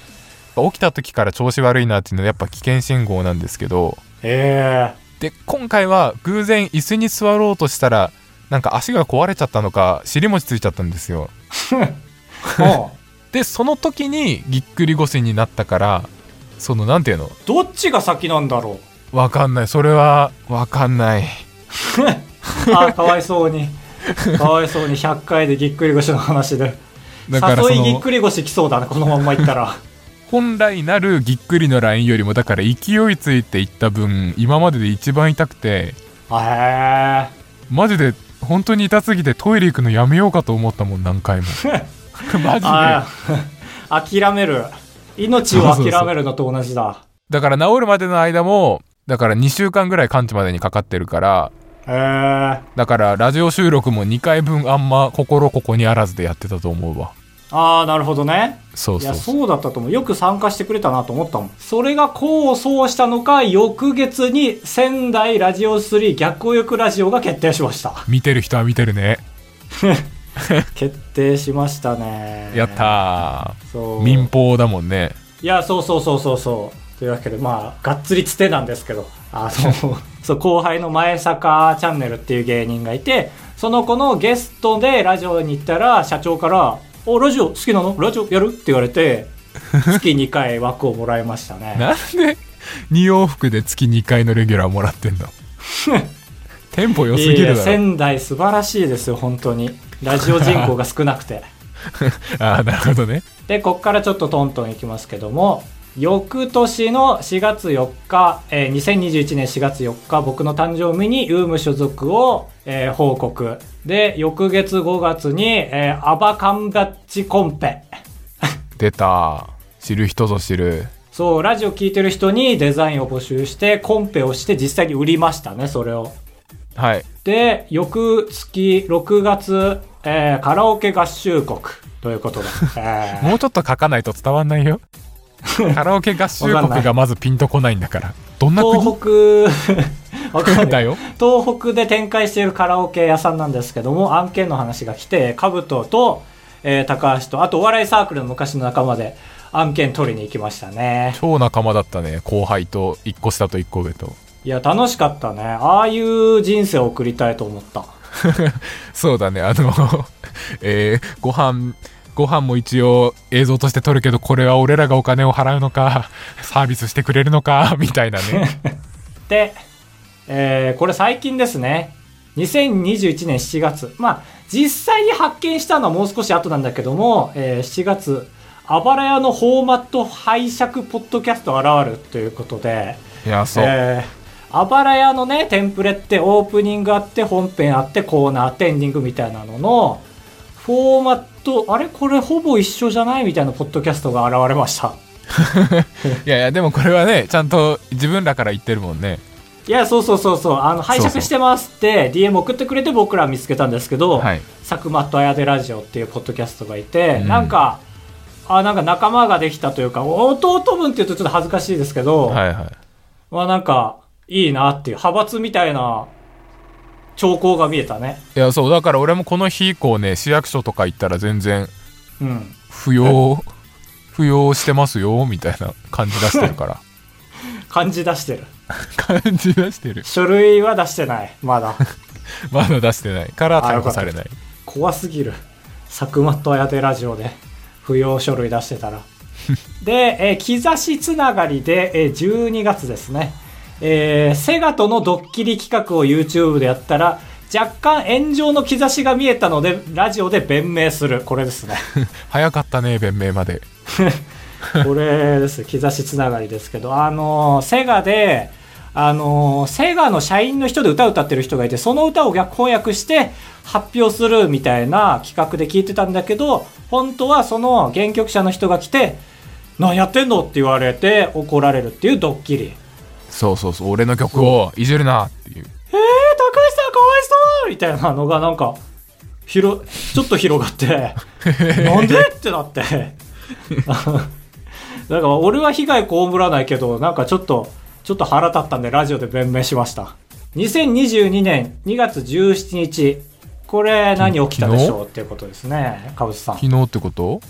Speaker 2: やっぱ起きた時から調子悪いなっていうのはやっぱ危険信号なんですけど
Speaker 1: ええ
Speaker 2: で今回は偶然椅子に座ろうとしたらなんか足が壊れちゃったのか尻餅ついちゃったんですよ
Speaker 1: おう
Speaker 2: でその時にぎっくり腰になったからそのなんていうの
Speaker 1: どっちが先なんだろう
Speaker 2: わかんないそれはわかんない
Speaker 1: あーかわいそうにかわいそうに100回でぎっくり腰の話で
Speaker 2: だからそ
Speaker 1: 誘いぎっ
Speaker 2: の
Speaker 1: くり腰来そうだなこのまんまいった ら
Speaker 2: 本来なるぎっくりのラインよりもだから勢いついていった分今までで一番痛くて
Speaker 1: あへ
Speaker 2: マジで本当に痛すぎてトイレ行くのやめようかと思ったもん何回も マ
Speaker 1: え
Speaker 2: ジ
Speaker 1: あ
Speaker 2: で
Speaker 1: ー諦める命を諦めるのと同じだ
Speaker 2: だから治るまでの間もだから2週間ぐらい完治までにかかってるから
Speaker 1: へえ
Speaker 2: だからラジオ収録も2回分あんま心ここにあらずでやってたと思うわ
Speaker 1: ああなるほどね
Speaker 2: そう
Speaker 1: い
Speaker 2: そ
Speaker 1: や
Speaker 2: うそう
Speaker 1: そうだったと思うよく参加してくれたなと思ったもんそれが功を奏したのか翌月に仙台ラジオ3逆を行くラジオが決定しました
Speaker 2: 見てる人は見てるね
Speaker 1: 決定しましたね
Speaker 2: やった
Speaker 1: そ
Speaker 2: ー
Speaker 1: う
Speaker 2: 民放だもんね
Speaker 1: いやそうそうそうそうそうというわけでまあがっつりつてなんですけどあの そう後輩の前坂チャンネルっていう芸人がいてその子のゲストでラジオに行ったら社長から「おラジオ好きなのラジオやる?」って言われて月2回枠をもらいましたね
Speaker 2: なんで2往復で月2回のレギュラーもらって んのテンポ良す
Speaker 1: い
Speaker 2: ぎ
Speaker 1: や
Speaker 2: る
Speaker 1: いや
Speaker 2: だろ
Speaker 1: 仙台素晴らしいですよ本当にラジオ人口が少なく て
Speaker 2: ああなるほどね
Speaker 1: でこっからちょっとトントンいきますけども翌年の4月4日、えー2021年4月4日僕の誕生日にウーム所属を、えー報告で翌月5月に、えーアバカンバッチコンペ
Speaker 2: 出た知る人ぞ知る
Speaker 1: そうラジオ聞いてる人にデザインを募集してコンペをして実際に売りましたねそれを
Speaker 2: はい
Speaker 1: で翌月6月、えーカラオケ合衆国ということで、え ー
Speaker 2: もうちょっと書かないと伝わんな いよカラオケ合衆
Speaker 1: わかんな
Speaker 2: 国
Speaker 1: い
Speaker 2: がまずピンとこないんだからどんな国
Speaker 1: 東北 わかんな
Speaker 2: だ
Speaker 1: い
Speaker 2: よ
Speaker 1: 東北で展開しているカラオケ屋さんなんですけども案件の話が来て兜と、えー高橋とあとお笑いサークルの昔の仲間で案件取りに行きましたね
Speaker 2: 超仲間だったね後輩と1個下と1個上と
Speaker 1: いや楽しかったねああいう人生を送りたいと思った
Speaker 2: そうだねあのえーご飯ご飯も一応映像として撮るけどこれは俺らがお金を払うのかサービスしてくれるのかみたいなね
Speaker 1: で、えーこれ最近ですね。2021年7月。まあ、実際に発見したのはもう少し後なんだけども、えー7月、あばら屋のフォーマット拝借ポッドキャスト現るということで、
Speaker 2: いやそう、
Speaker 1: えーあばら屋のね、テンプレってオープニングあって、本編あって、コーナーあって、エンディングみたいなのの、フォーマット、あれこれほぼ一緒じゃないみたいなポッドキャストが現れました。
Speaker 2: いやいやでもこれはねちゃんと自分らから言ってるもんね
Speaker 1: いや、そうそうそうそう、あの、拝借してますって DM 送ってくれて僕ら見つけたんですけど、
Speaker 2: はい
Speaker 1: 佐久間と綾手ラジオっていうポッドキャストがいて、
Speaker 2: うん
Speaker 1: なんか、あ、なんか仲間ができたというか、弟分っていうとちょっと恥ずかしいですけど、
Speaker 2: はいはい
Speaker 1: まあなんか、いいなっていう、派閥みたいな兆候が見えたね。
Speaker 2: いやそうだから俺もこの日以降ね市役所とか行ったら全然
Speaker 1: うん。
Speaker 2: 扶養扶養してますよみたいな感じ出してるから
Speaker 1: 感じ出してる。
Speaker 2: 感じ出してる
Speaker 1: 書類は出してない、まだ。
Speaker 2: まだ出してないから
Speaker 1: あ
Speaker 2: 逮
Speaker 1: よか
Speaker 2: 捕
Speaker 1: った
Speaker 2: されない
Speaker 1: 怖すぎる佐久間と綾手ラジオで不要書類出してたらで、えー兆しつながりで、えー12月ですね、えーセガとのドッキリ企画を YouTube でやったら若干炎上の兆しが見えたのでラジオで弁明するこれですね
Speaker 2: 早かったね弁明まで
Speaker 1: これです兆しつながりですけどあのーセガであのーセガの社員の人で歌を歌ってる人がいてその歌を逆翻訳して発表するみたいな企画で聞いてたんだけど本当はその原曲者の人が来て「何やってんの?」って言われて怒られるっていうドッキリ「えー、
Speaker 2: そうそうそう俺の曲をいじるなっていう
Speaker 1: 高橋さんかわいそう!」みたいなのがなんか広ちょっと広がって「なんで?」ってなって。 だから俺は被害被らないけど、なんかちょっと、ちょっと腹立ったんでラジオで弁明しました。2022年2月17日、これ何起きたでしょうっていうことですね、かぶさん。
Speaker 2: 昨日ってこと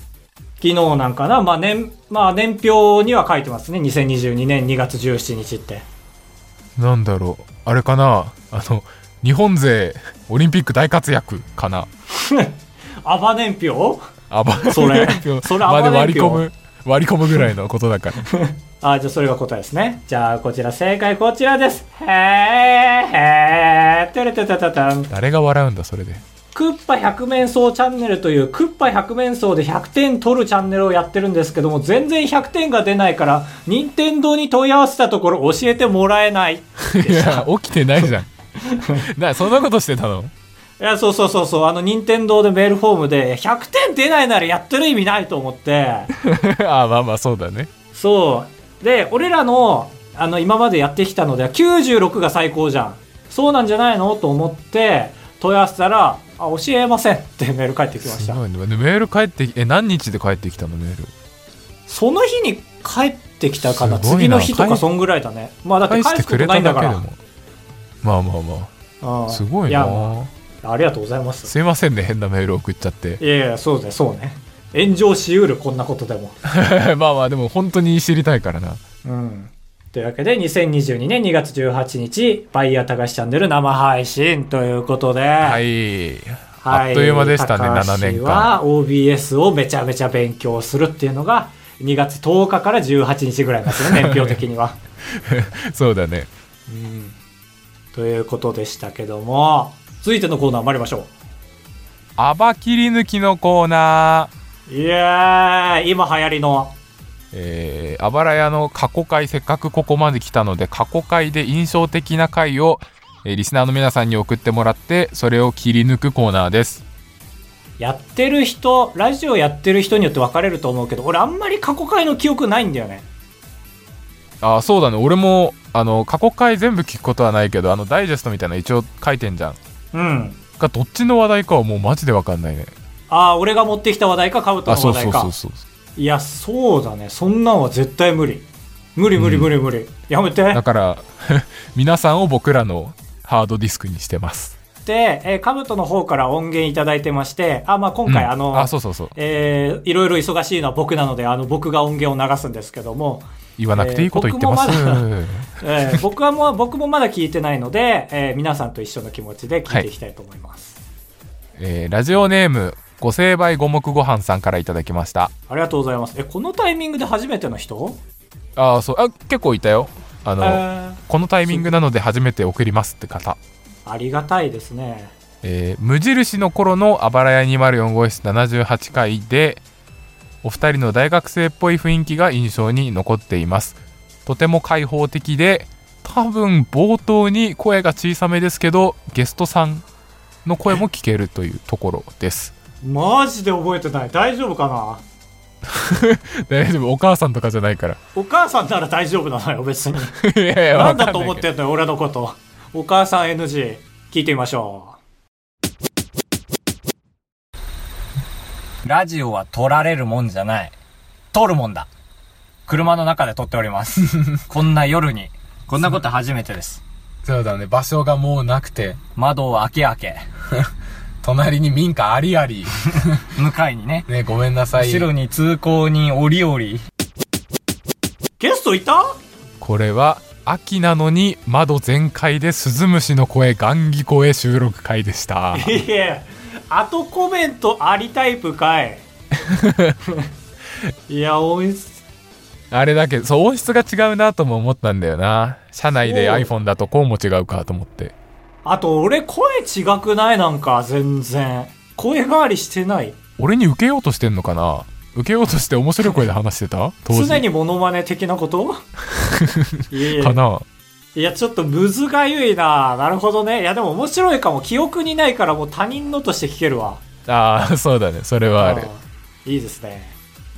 Speaker 1: 昨日なんかな、まあ年、まあ年表には書いてますね、2022年2月17日って。
Speaker 2: なんだろうあれかなあの日本勢オリンピック大活躍かな
Speaker 1: アバ年表
Speaker 2: あば
Speaker 1: それ それ
Speaker 2: まあでも
Speaker 1: 暴れ
Speaker 2: 割
Speaker 1: る
Speaker 2: り
Speaker 1: よ
Speaker 2: 込む割り込むぐらいのことだから
Speaker 1: あ、じゃあそれが答えですね。じゃあこちら正解こちらです。へーへー、てれてたたたん。
Speaker 2: 誰が笑うんだそ れで
Speaker 1: クッパ百面相チャンネルというクッパ百面相で100点取るチャンネルをやってるんですけども全然100点が出ないから任天堂に問い合わせたところ教えてもらえないい
Speaker 2: いや起きてないじ ゃんなそんなことしてたの
Speaker 1: やそうそうそうそうあの任天堂でメールフォームで100点出ないならやってる意味ないと思って
Speaker 2: あまあまあそうだね
Speaker 1: そうで俺らのあの今までやってきたのでは96が最高じゃんそうなんじゃないのと思って問い合わせたら「あ教えません」ってメール返ってきますした
Speaker 2: ごいねでメール返ってきえ何日で返ってきたのメール
Speaker 1: その日に帰ってきたかな
Speaker 2: すご
Speaker 1: 次
Speaker 2: いな
Speaker 1: の日と
Speaker 2: 帰
Speaker 1: かそんぐらいだねまあだって
Speaker 2: 返し
Speaker 1: 返
Speaker 2: て
Speaker 1: すこ
Speaker 2: く
Speaker 1: と
Speaker 2: れ
Speaker 1: な
Speaker 2: た
Speaker 1: いんだ
Speaker 2: だ
Speaker 1: か
Speaker 2: けで
Speaker 1: ら
Speaker 2: もまあまあま
Speaker 1: うん
Speaker 2: あすごい
Speaker 1: やま
Speaker 2: な
Speaker 1: あありがとうございます
Speaker 2: すいませんね変なメール送っちゃって
Speaker 1: いやいやそうねそうね炎上しうるこんなことでも
Speaker 2: まあまあでも本当に知りたいからな
Speaker 1: うんというわけで2022年2月18日バイヤー高橋チャンネル生配信ということでは
Speaker 2: はいあっという間でしたね
Speaker 1: 高橋
Speaker 2: 7年間
Speaker 1: は OBS をめちゃめちゃ勉強するっていうのが2月10日から18日ぐらいなんです よね年表的には
Speaker 2: そうだね
Speaker 1: うんということでしたけども続いてのコーナー参りましょう
Speaker 2: あば切り抜きのコーナー
Speaker 1: いやー、今流行りの。
Speaker 2: えーあばら屋の過去回せっかくここまで来たので過去回で印象的な回を、えーリスナーの皆さんに送ってもらってそれを切り抜くコーナーです
Speaker 1: やってる人、ラジオやってる人によって分かれると思うけど、俺あんまり過去回の記憶ないんだよね。
Speaker 2: あーそうだね俺もあの過去回全部聞くことはないけどあのダイジェストみたいなの一応書いてんじゃん
Speaker 1: うん。
Speaker 2: がどっちの話題かはもうマジで分かんないね
Speaker 1: ああ、俺が持ってきた話題か、カブト
Speaker 2: あ
Speaker 1: の
Speaker 2: そ
Speaker 1: 話
Speaker 2: うそ
Speaker 1: 題
Speaker 2: う
Speaker 1: か。
Speaker 2: そうそう
Speaker 1: いや、そうだね。そんなんは絶対無理。無理無理
Speaker 2: うん
Speaker 1: 無理無理。やめて。
Speaker 2: だから 皆さんを僕らのハードディスクにしてます
Speaker 1: で、えー、カブトの方から音源いただいてまして、あ、まあ今回、
Speaker 2: うん
Speaker 1: あの、
Speaker 2: あそうそうそう
Speaker 1: えーいろいろ忙しいのは僕なので、あの、僕が音源を流すんですけども、
Speaker 2: 言わなくていいこと言ってます、
Speaker 1: え ーえー僕はもう、僕もまだ聞いてないので、えー皆さんと一緒の気持ちで聞いていきたいと思います。
Speaker 2: えーラジオネームご成敗五目ご飯さんからいただきました
Speaker 1: ありがとうございます。え、このタイミングで初めての人
Speaker 2: ああそうあ結構いたよあの、
Speaker 1: あ
Speaker 2: このタイミングなので初めて送りますって方
Speaker 1: ありがたいですね。
Speaker 2: えー無印の頃のあばらや204号室78回でお二人の大学生っぽい雰囲気が印象に残っていますとても開放的で多分冒頭に声が小さめですけどゲストさんの声も聞けるというところです
Speaker 1: マジで覚えてない。大丈夫かな
Speaker 2: 大丈夫お母さんとかじゃないから
Speaker 1: お母さんなら大丈夫なのよ、別に。
Speaker 2: いやいや
Speaker 1: な
Speaker 2: わ
Speaker 1: ん
Speaker 2: か
Speaker 1: だと
Speaker 2: いけど
Speaker 1: 思ってんのよ、俺のこと。お母さん NG、聞いてみましょ
Speaker 4: ラジオは撮られるもんじゃない。撮るもんだ。車の中で撮っており ます。こんな夜に。こんなこと初めてです。
Speaker 2: そうだね場所がもうなくて
Speaker 4: 窓を開け開け。
Speaker 2: 隣に民家ありあり
Speaker 4: 向かいにね。
Speaker 2: ねごめんなさ
Speaker 4: 後ろに通行人折々。
Speaker 1: う。ゲストいた
Speaker 2: これは秋なのに窓全開でスズムシの声ガンギ声収録会でした
Speaker 1: いえ、後コメントありタイプ かい。いや、おいし
Speaker 2: あれだけどそう音質が違うなとも思ったんだよな車内で
Speaker 1: そう
Speaker 2: iPhone だとこうも違うかと思って
Speaker 1: あと、俺声違くないなんか、全然。声変わりしてない。
Speaker 2: 俺に受けようとしてんのかな受けようとして面白い声で話してた当時
Speaker 1: 常にモノマネ的なこと いえいえ
Speaker 2: かない
Speaker 1: や、ちょっとむずがゆいななるほどね。いや、でも面白いかも。記憶にないからもう他人のとして聞けるわ。
Speaker 2: ああそうだねそれはある
Speaker 1: いいですね。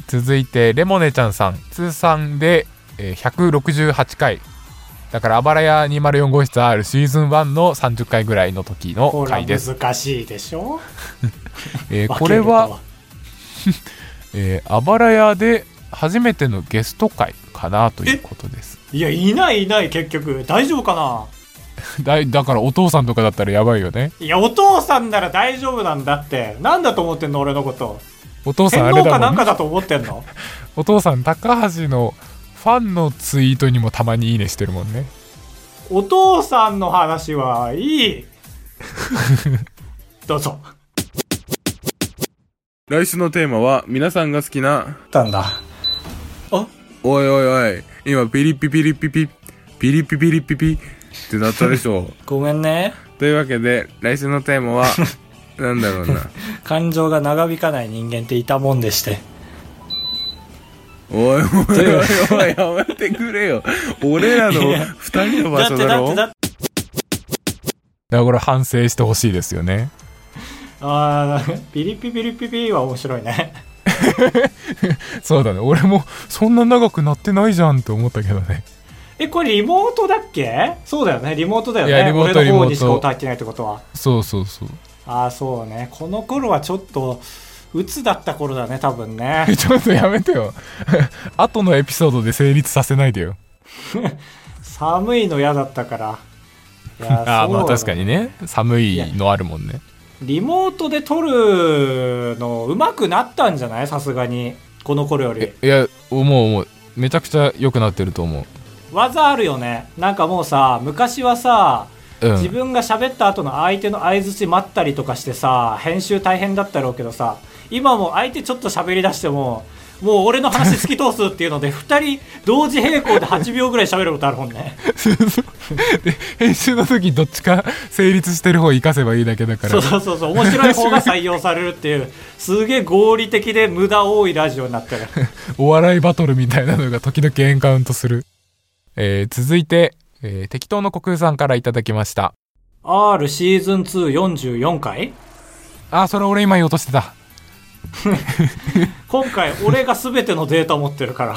Speaker 2: 続いてレモネちゃんさん通算でえー168回だからあばらや204号室 R シーズン1の30回ぐらいの時の
Speaker 1: ほら、
Speaker 2: 回です、
Speaker 1: 難しいでしょ
Speaker 2: えー
Speaker 1: 分
Speaker 2: こ
Speaker 1: け
Speaker 2: れ
Speaker 1: ると
Speaker 2: はえーあばら屋で初めてのゲスト会かなということ です
Speaker 1: いや、いないいない、結局。大丈夫かな
Speaker 2: だだからお父さんとかだったらやばいよね
Speaker 1: いや、お父さんなら大丈夫なんだって。なんだと思ってんの、俺のこと。
Speaker 2: お父さんあ
Speaker 1: 天
Speaker 2: れ
Speaker 1: 皇かなん
Speaker 2: だも
Speaker 1: か
Speaker 2: ん
Speaker 1: だと思ってんの
Speaker 2: お父さん高橋のファンのツイートにもたまにいいねしてるもんね
Speaker 1: お父さんの話はい い。どうぞ。
Speaker 5: 来週のテーマは皆さんが好きな
Speaker 4: たんだ。
Speaker 5: おいおいおい今ピリピピリピピピリピピリピピってなったでしょ
Speaker 4: ごめんね。
Speaker 5: というわけで来週のテーマはなんだろうな
Speaker 4: 感情が長引かない人間っていたもんでして。
Speaker 5: おいおいおいおいやめてくれよ俺らの二人の場所だろ
Speaker 1: って。
Speaker 2: だからこれ反省してほしいですよね
Speaker 1: あーピリピピリピピは面白いね。
Speaker 2: そうだね俺もそんな長くなってないじゃんと思ったけどね
Speaker 1: え、これリモートだっけそうだよね、リモートだよ
Speaker 2: いや
Speaker 1: ね。
Speaker 2: リモート
Speaker 1: 俺の方
Speaker 2: リモー
Speaker 1: にし
Speaker 2: ト
Speaker 1: か音入ってないってことは。
Speaker 2: そうそうそう
Speaker 1: ああ、そうね。この頃はちょっと、鬱だった頃だね、多分ね。
Speaker 2: ちょっとやめてよ後のエピソードで成立させないでよ
Speaker 1: 寒いの嫌だったから。いや
Speaker 2: ああ
Speaker 1: そう
Speaker 2: まあ
Speaker 1: だ
Speaker 2: 確かにね寒いのあるもんね
Speaker 1: リモートで撮るの上手くなったんじゃないさすがに。この頃より
Speaker 2: え。いや思う思うめちゃくちゃ良くなってると思
Speaker 1: 技あるよね。なんかもうさ、昔はさ、
Speaker 2: う、うん、
Speaker 1: 自 分が喋った後の相手の相槌待ったりとかしてさ編集大変だったろうけどさ今もう相手ちょっと喋り出してももう俺の話突き通すっていうので2人同時並行で8秒ぐらい喋ることあるもんね
Speaker 2: 編集の時どっちか成立してる方生かせばいいだけだから
Speaker 1: そうそうそうそう面白い方が採用されるっていうすげえ合理的で無駄多いラジオになって る
Speaker 2: お笑いバトルみたいなのが時々エンカウントする、えー続いて、えー適当の国空さんからいただきました
Speaker 1: R シーズン244回
Speaker 2: あーそれ俺今言おうとしてた
Speaker 1: 今回俺が全てのデータ持ってるから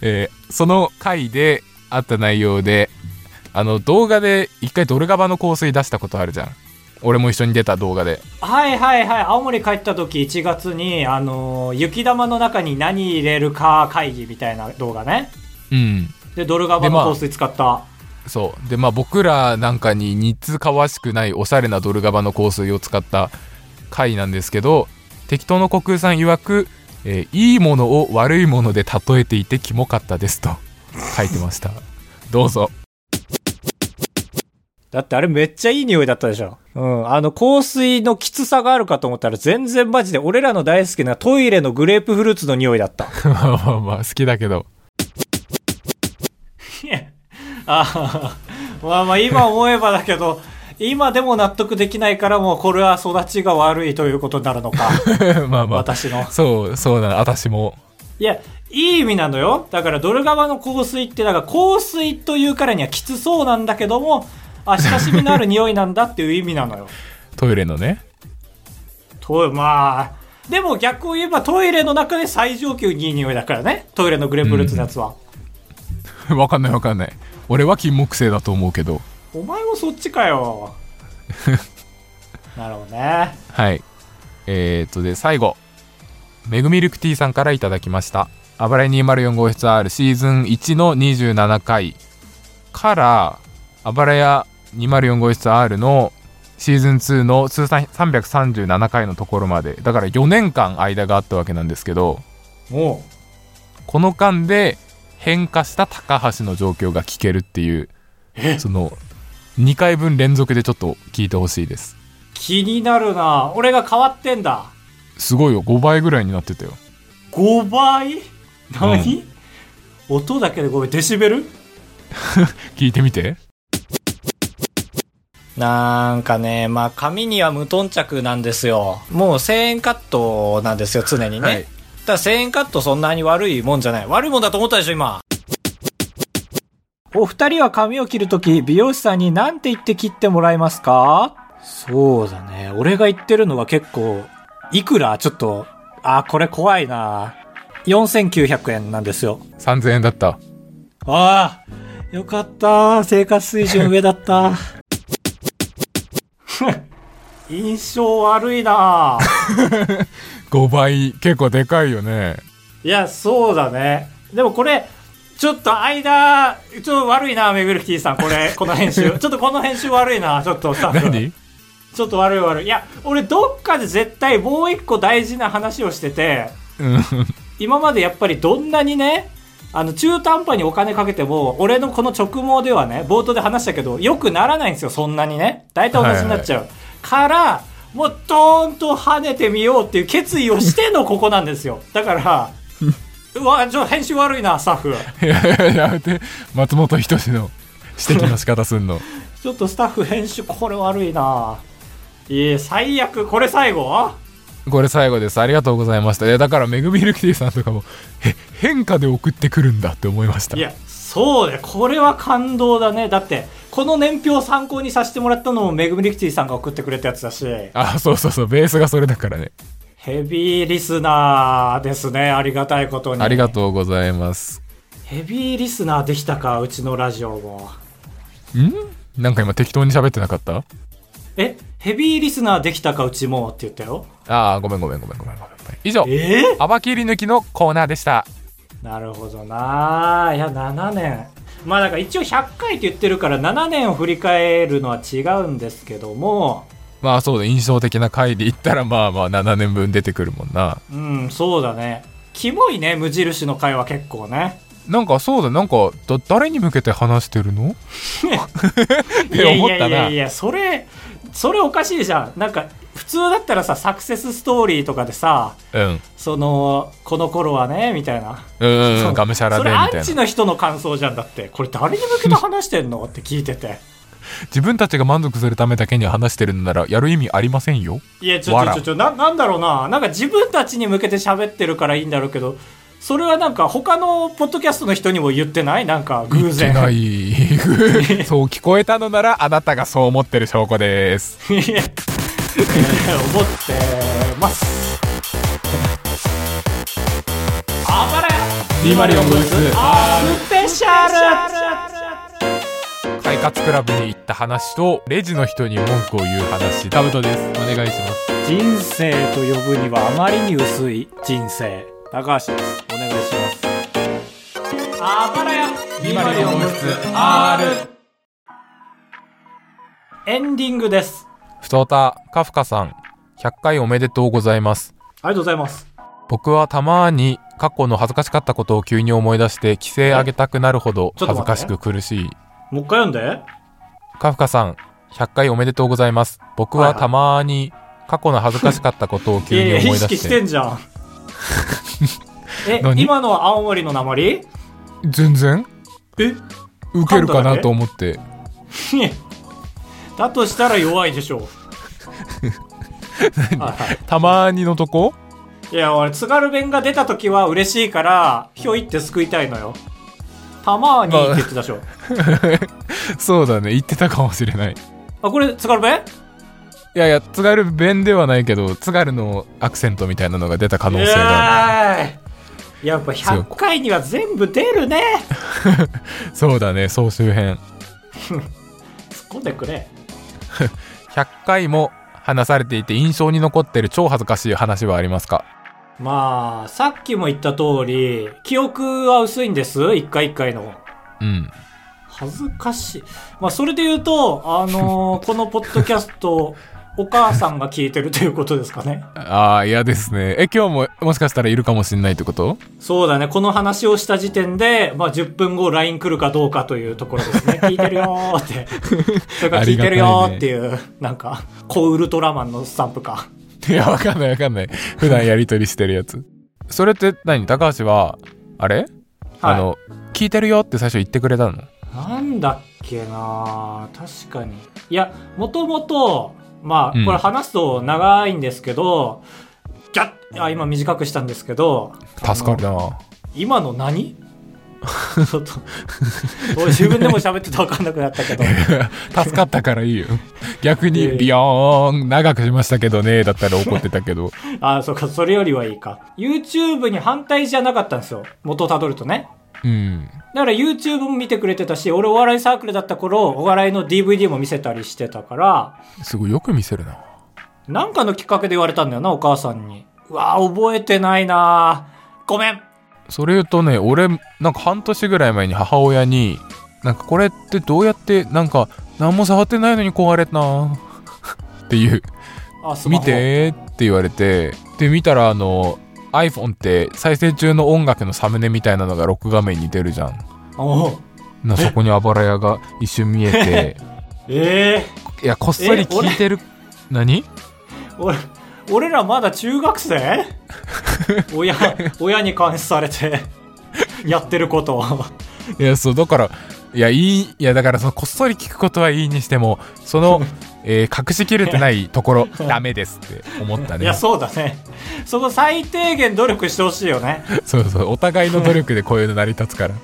Speaker 2: えーその回であった内容であの動画で一回ドルガバの香水出したことあるじゃん俺も一緒に出た動画で
Speaker 1: はいはいはい青森帰った時1月にあのー雪玉の中に何入れるか会議みたいな動画ね
Speaker 2: うん
Speaker 1: でドルガバの香水使った、
Speaker 2: そうでまあ僕らなんかに似つかわしくないおしゃれなドルガバの香水を使った回なんですけど適当の虚空さん曰く、えーいいものを悪いもので例えていてキ モかったです」と書いてましたどうぞ
Speaker 1: だってあれめっちゃいい匂いだったでしょ。うん。あの香水のきつさがあるかと思ったら全然マジで俺らの大好きなトイレのグレープフルーツの匂いだった。
Speaker 2: まあまあまあ、好きだけど。
Speaker 1: ああ、まあまあ今思えばだけど、今でも納得できないからもうこれは育ちが悪いということになるの か。
Speaker 2: ま あまあ。
Speaker 1: 私の
Speaker 2: そう、そうだな、私も。
Speaker 1: いや、いい意味なのよ。だからドルガバの香水って、だから香水というからにはきつそうなんだけども、あ、親しみのある匂いなんだっていう意味なのよ。
Speaker 2: トイレのね。
Speaker 1: と、まあ。でも逆を言えばトイレの中で最上級にいい匂いだからね。トイレのグレープフルーツのやつは。
Speaker 2: わかんないわかんない。俺は金木犀だと思うけど。
Speaker 1: お前もそっちかよ。なるほどね。
Speaker 2: はい。えー、っと、で、最後。メグミルクティーさんからいただきました。あばれ204号室 R シーズン1の27回から、あばれや204号室 R のシーズン2の通算337回のところまで、だから4年間間があったわけなんですけど、
Speaker 1: も
Speaker 2: この間で変化した高橋の状況が聞けるっていうその2回分連続でちょっと聞いてほしいです
Speaker 1: う、気になるな。俺が変わってんだ。
Speaker 2: すごいよ5倍ぐらいになってたよ
Speaker 1: 5倍何、音だけでごめん、デシベル
Speaker 2: 聞いてみて
Speaker 1: なんかね、まあ、紙には無頓着なんですよ。もう1000円カットなんですよ、常にね。
Speaker 5: はい
Speaker 1: ただ1000円カットそんなに悪いもんじゃない。悪いもんだと思ったでしょ、今。お二人は髪を切るとき、美容師さんに何て言って切ってもらえますかそうだね。俺が言ってるのが結構、いくらちょっと、あ、これ怖いな。4900円なんですよ。
Speaker 2: 3000円だった
Speaker 1: ああ、よかった。生活水準上だった。 印象悪いな。
Speaker 2: 5倍結構でかいよね
Speaker 1: いや、そうだね。でもこれ、ちょっと間、ちょっと悪いな、メグルキティさん。これ、この編 集。ちょっとこの編集悪いな、ちょっとスタッフ。
Speaker 2: 何
Speaker 1: ちょっと悪い悪い。いや、俺どっかで絶対もう一個大事な話をしてて、
Speaker 2: うん
Speaker 1: 今までやっぱりどんなにねあの中途半端にお金かけても俺のこの直毛ではね冒頭で話したけどよくならないんですよそんなにね大体同じになっちゃう、からもうドーンと跳ねてみようっていう決意をしてのここなんですよだから うわちょ編集悪いなスタッフ
Speaker 2: いやいややめて松本人志の指摘の仕方すんの
Speaker 1: ちょっとスタッフ編集これ悪いないえ最悪これ最後
Speaker 2: これ最後ですありがとうございましたいやだからめぐみルクティさんとかもえ変化で送ってくるんだって思いました
Speaker 1: いやそうだよこれは感動だねだってこの年表を参考にさせてもらったのもめぐみりきちさんが送ってくれたやつだし
Speaker 2: あそうそうそうベースがそれだからね
Speaker 1: ヘビーリスナーですね。ありがたいことに。
Speaker 2: ありがとうございます
Speaker 1: ヘビーリスナーできたか、うちのラジオも。
Speaker 2: んなんか今適当に喋ってなかった
Speaker 1: え、ヘビーリスナーできたか、うちもって言ったよ。
Speaker 2: ああごめんごめんごめんごめんごめん以上
Speaker 1: ええ
Speaker 2: アバ切り抜きのコーナーでした
Speaker 1: なるほどな。いや、7年。まあだから一応100回って言ってるから7年を振り返るのは違うんですけども、
Speaker 2: まあそうだ印象的な回で言ったらまあまあ7年分出てくるもんな
Speaker 1: うん、そうだね。キモいね、無印の会は結構ね。
Speaker 2: なんかそうだなんかだ誰に向けて話してる のって思った
Speaker 1: いやいやいや
Speaker 2: ない
Speaker 1: やそれそれおかしいじゃんなんか普通だったらさサクセスストーリーとかでさ
Speaker 2: うん
Speaker 1: そのこの頃はねみたいな
Speaker 2: うんうん
Speaker 1: そううん
Speaker 2: がむしゃらで
Speaker 1: そ
Speaker 2: み
Speaker 1: れ
Speaker 2: た
Speaker 1: ア
Speaker 2: いな
Speaker 1: ンチの人の感想じゃんだってこれ誰に向けて話してんのって聞いてて
Speaker 2: 自分たちが満足するためだけに話してるんならやる意味ありませんよ
Speaker 1: いやちょ
Speaker 2: わ
Speaker 1: ちょ
Speaker 2: ら
Speaker 1: ちょちょななんだろうななんか自分たちに向けて喋ってるからいいんだろうけどそれはなんか他のポッドキャストの人にも言ってないなんか偶
Speaker 2: 言って
Speaker 1: 然
Speaker 2: ない そう聞こえたのならあなたがそう思ってる証拠です
Speaker 1: いやえー思って ますあばれ
Speaker 2: 204号室
Speaker 1: スペシャル
Speaker 2: 快活クラブに行った話とレジの人に文句を言う話ダブトですお願いします
Speaker 1: 人生と呼ぶにはあまりに薄い人生高橋ですお願いしますあばらやエンディングです
Speaker 2: ふとたカフカさん100回おめでとうございます
Speaker 1: ありがとうございます
Speaker 2: 僕はたまに過去の恥ずかしかったことを急に思い出して規制上げたくなるほど恥ずかしく苦しい
Speaker 1: もう一回読んで
Speaker 2: 過カフカさん、100回おめでとうございます。僕はたまーに過去の恥ずかしかったことを
Speaker 1: い
Speaker 2: 急
Speaker 1: やい
Speaker 2: に
Speaker 1: や、
Speaker 2: 思
Speaker 1: 意
Speaker 2: い出
Speaker 1: 識
Speaker 2: し。
Speaker 1: しててんじ ゃん。え
Speaker 2: 何、
Speaker 1: 今のは青森の鉛
Speaker 2: 全然
Speaker 1: え
Speaker 2: ウケるかなと思って。
Speaker 1: だとしたら弱いでし ょう。はいはい
Speaker 2: たまーにのとこ
Speaker 1: いや、俺、津軽弁が出た時は嬉しいから、ひょいって救いたいのよ。たまーにって言ってたでしょ。
Speaker 2: そうだね、言ってたかもしれない。
Speaker 1: あ、これ津軽弁
Speaker 2: いやいや、津軽弁ではないけど、津軽のアクセントみたいなのが出た可能
Speaker 1: い
Speaker 2: 性があ
Speaker 1: やーいやっぱ100回には全部出るね。
Speaker 2: る。そうだね、総集編。
Speaker 1: 突っ込んでくれ。
Speaker 2: 100回も話されていて印象に残ってる超恥ずかしい話はありますか
Speaker 1: まあ、さっきも言った通り、記憶は薄いんです。一回一回の。
Speaker 2: うん。
Speaker 1: 恥ずかしい。まあ、それで言うと、あのーこのポッドキャスト、お母さんが聞いてるということですかね。
Speaker 2: ああ、嫌ですね。え、今日ももしかしたらいるかもしんないってこと
Speaker 1: そうだね。この話をした時点で、まあ、10分後 LINE 来るかどうかというところ ですね。聞いてるよーって。それから聞いてるよーっていう、なんか、コウルトラマンのスタンプか。
Speaker 2: いや、わかんないわかんない。普段やりとりしてるやつ。それって何高橋は、あれ、あの、聞いてるよって最初言ってくれたの
Speaker 1: なんだっけな確かに。いや、もともと、ま
Speaker 2: うん
Speaker 1: あ、これ話すと長いんですけど、ギャッあ、今短くしたんですけど、
Speaker 2: 助か
Speaker 1: あ
Speaker 2: る
Speaker 1: の
Speaker 2: な
Speaker 1: 今の何 ちょっと、俺自分でも喋ってたら分かんなくなった けど。
Speaker 2: 助かったからいい よ。逆
Speaker 1: いやい
Speaker 2: に、
Speaker 1: や
Speaker 2: ビヨーン、長くしましたけどね、だったら怒ってたけど。
Speaker 1: あ、そうか、それよりはいいか。YouTube に反対じゃなかったんですよ。元をたどるとね。
Speaker 2: うん。
Speaker 1: だから YouTube も見てくれてたし、俺お笑いサークルだった頃、お笑いの DVD も見せたりしてたから、
Speaker 2: すごいよく見せるな。
Speaker 1: なんかのきっかけで言われたんだよな、お母さんに。うわぁ、覚えてないなぁ。ごめん。
Speaker 2: それ言うとね、俺、なんか半年ぐらい前に母親に、なんかこれってどうやって、なんか、何も触ってないのに壊れた なっていう。
Speaker 1: あ、スマ
Speaker 2: 見
Speaker 1: ホ。
Speaker 2: てーって言われてで見たらあの iPhone って再生中の音楽のサムネみたいなのがロック画面に出るじゃん
Speaker 1: おう
Speaker 2: なそこにあばら屋が一瞬見え て
Speaker 1: ええ
Speaker 2: いやこっそり聞いてる何
Speaker 1: 俺、俺らまだ中学生親、親に監視されて、やってることを。
Speaker 2: いやそうだからいやいいいやだからそのこっそり聞くことはいいにしてもその、 えー隠しきれてないところダメですって思った
Speaker 1: い
Speaker 2: ね
Speaker 1: や、そうだね。そこ最低限努力してほしいよね。
Speaker 2: そうそうお互いの努力でこういうの成り立つから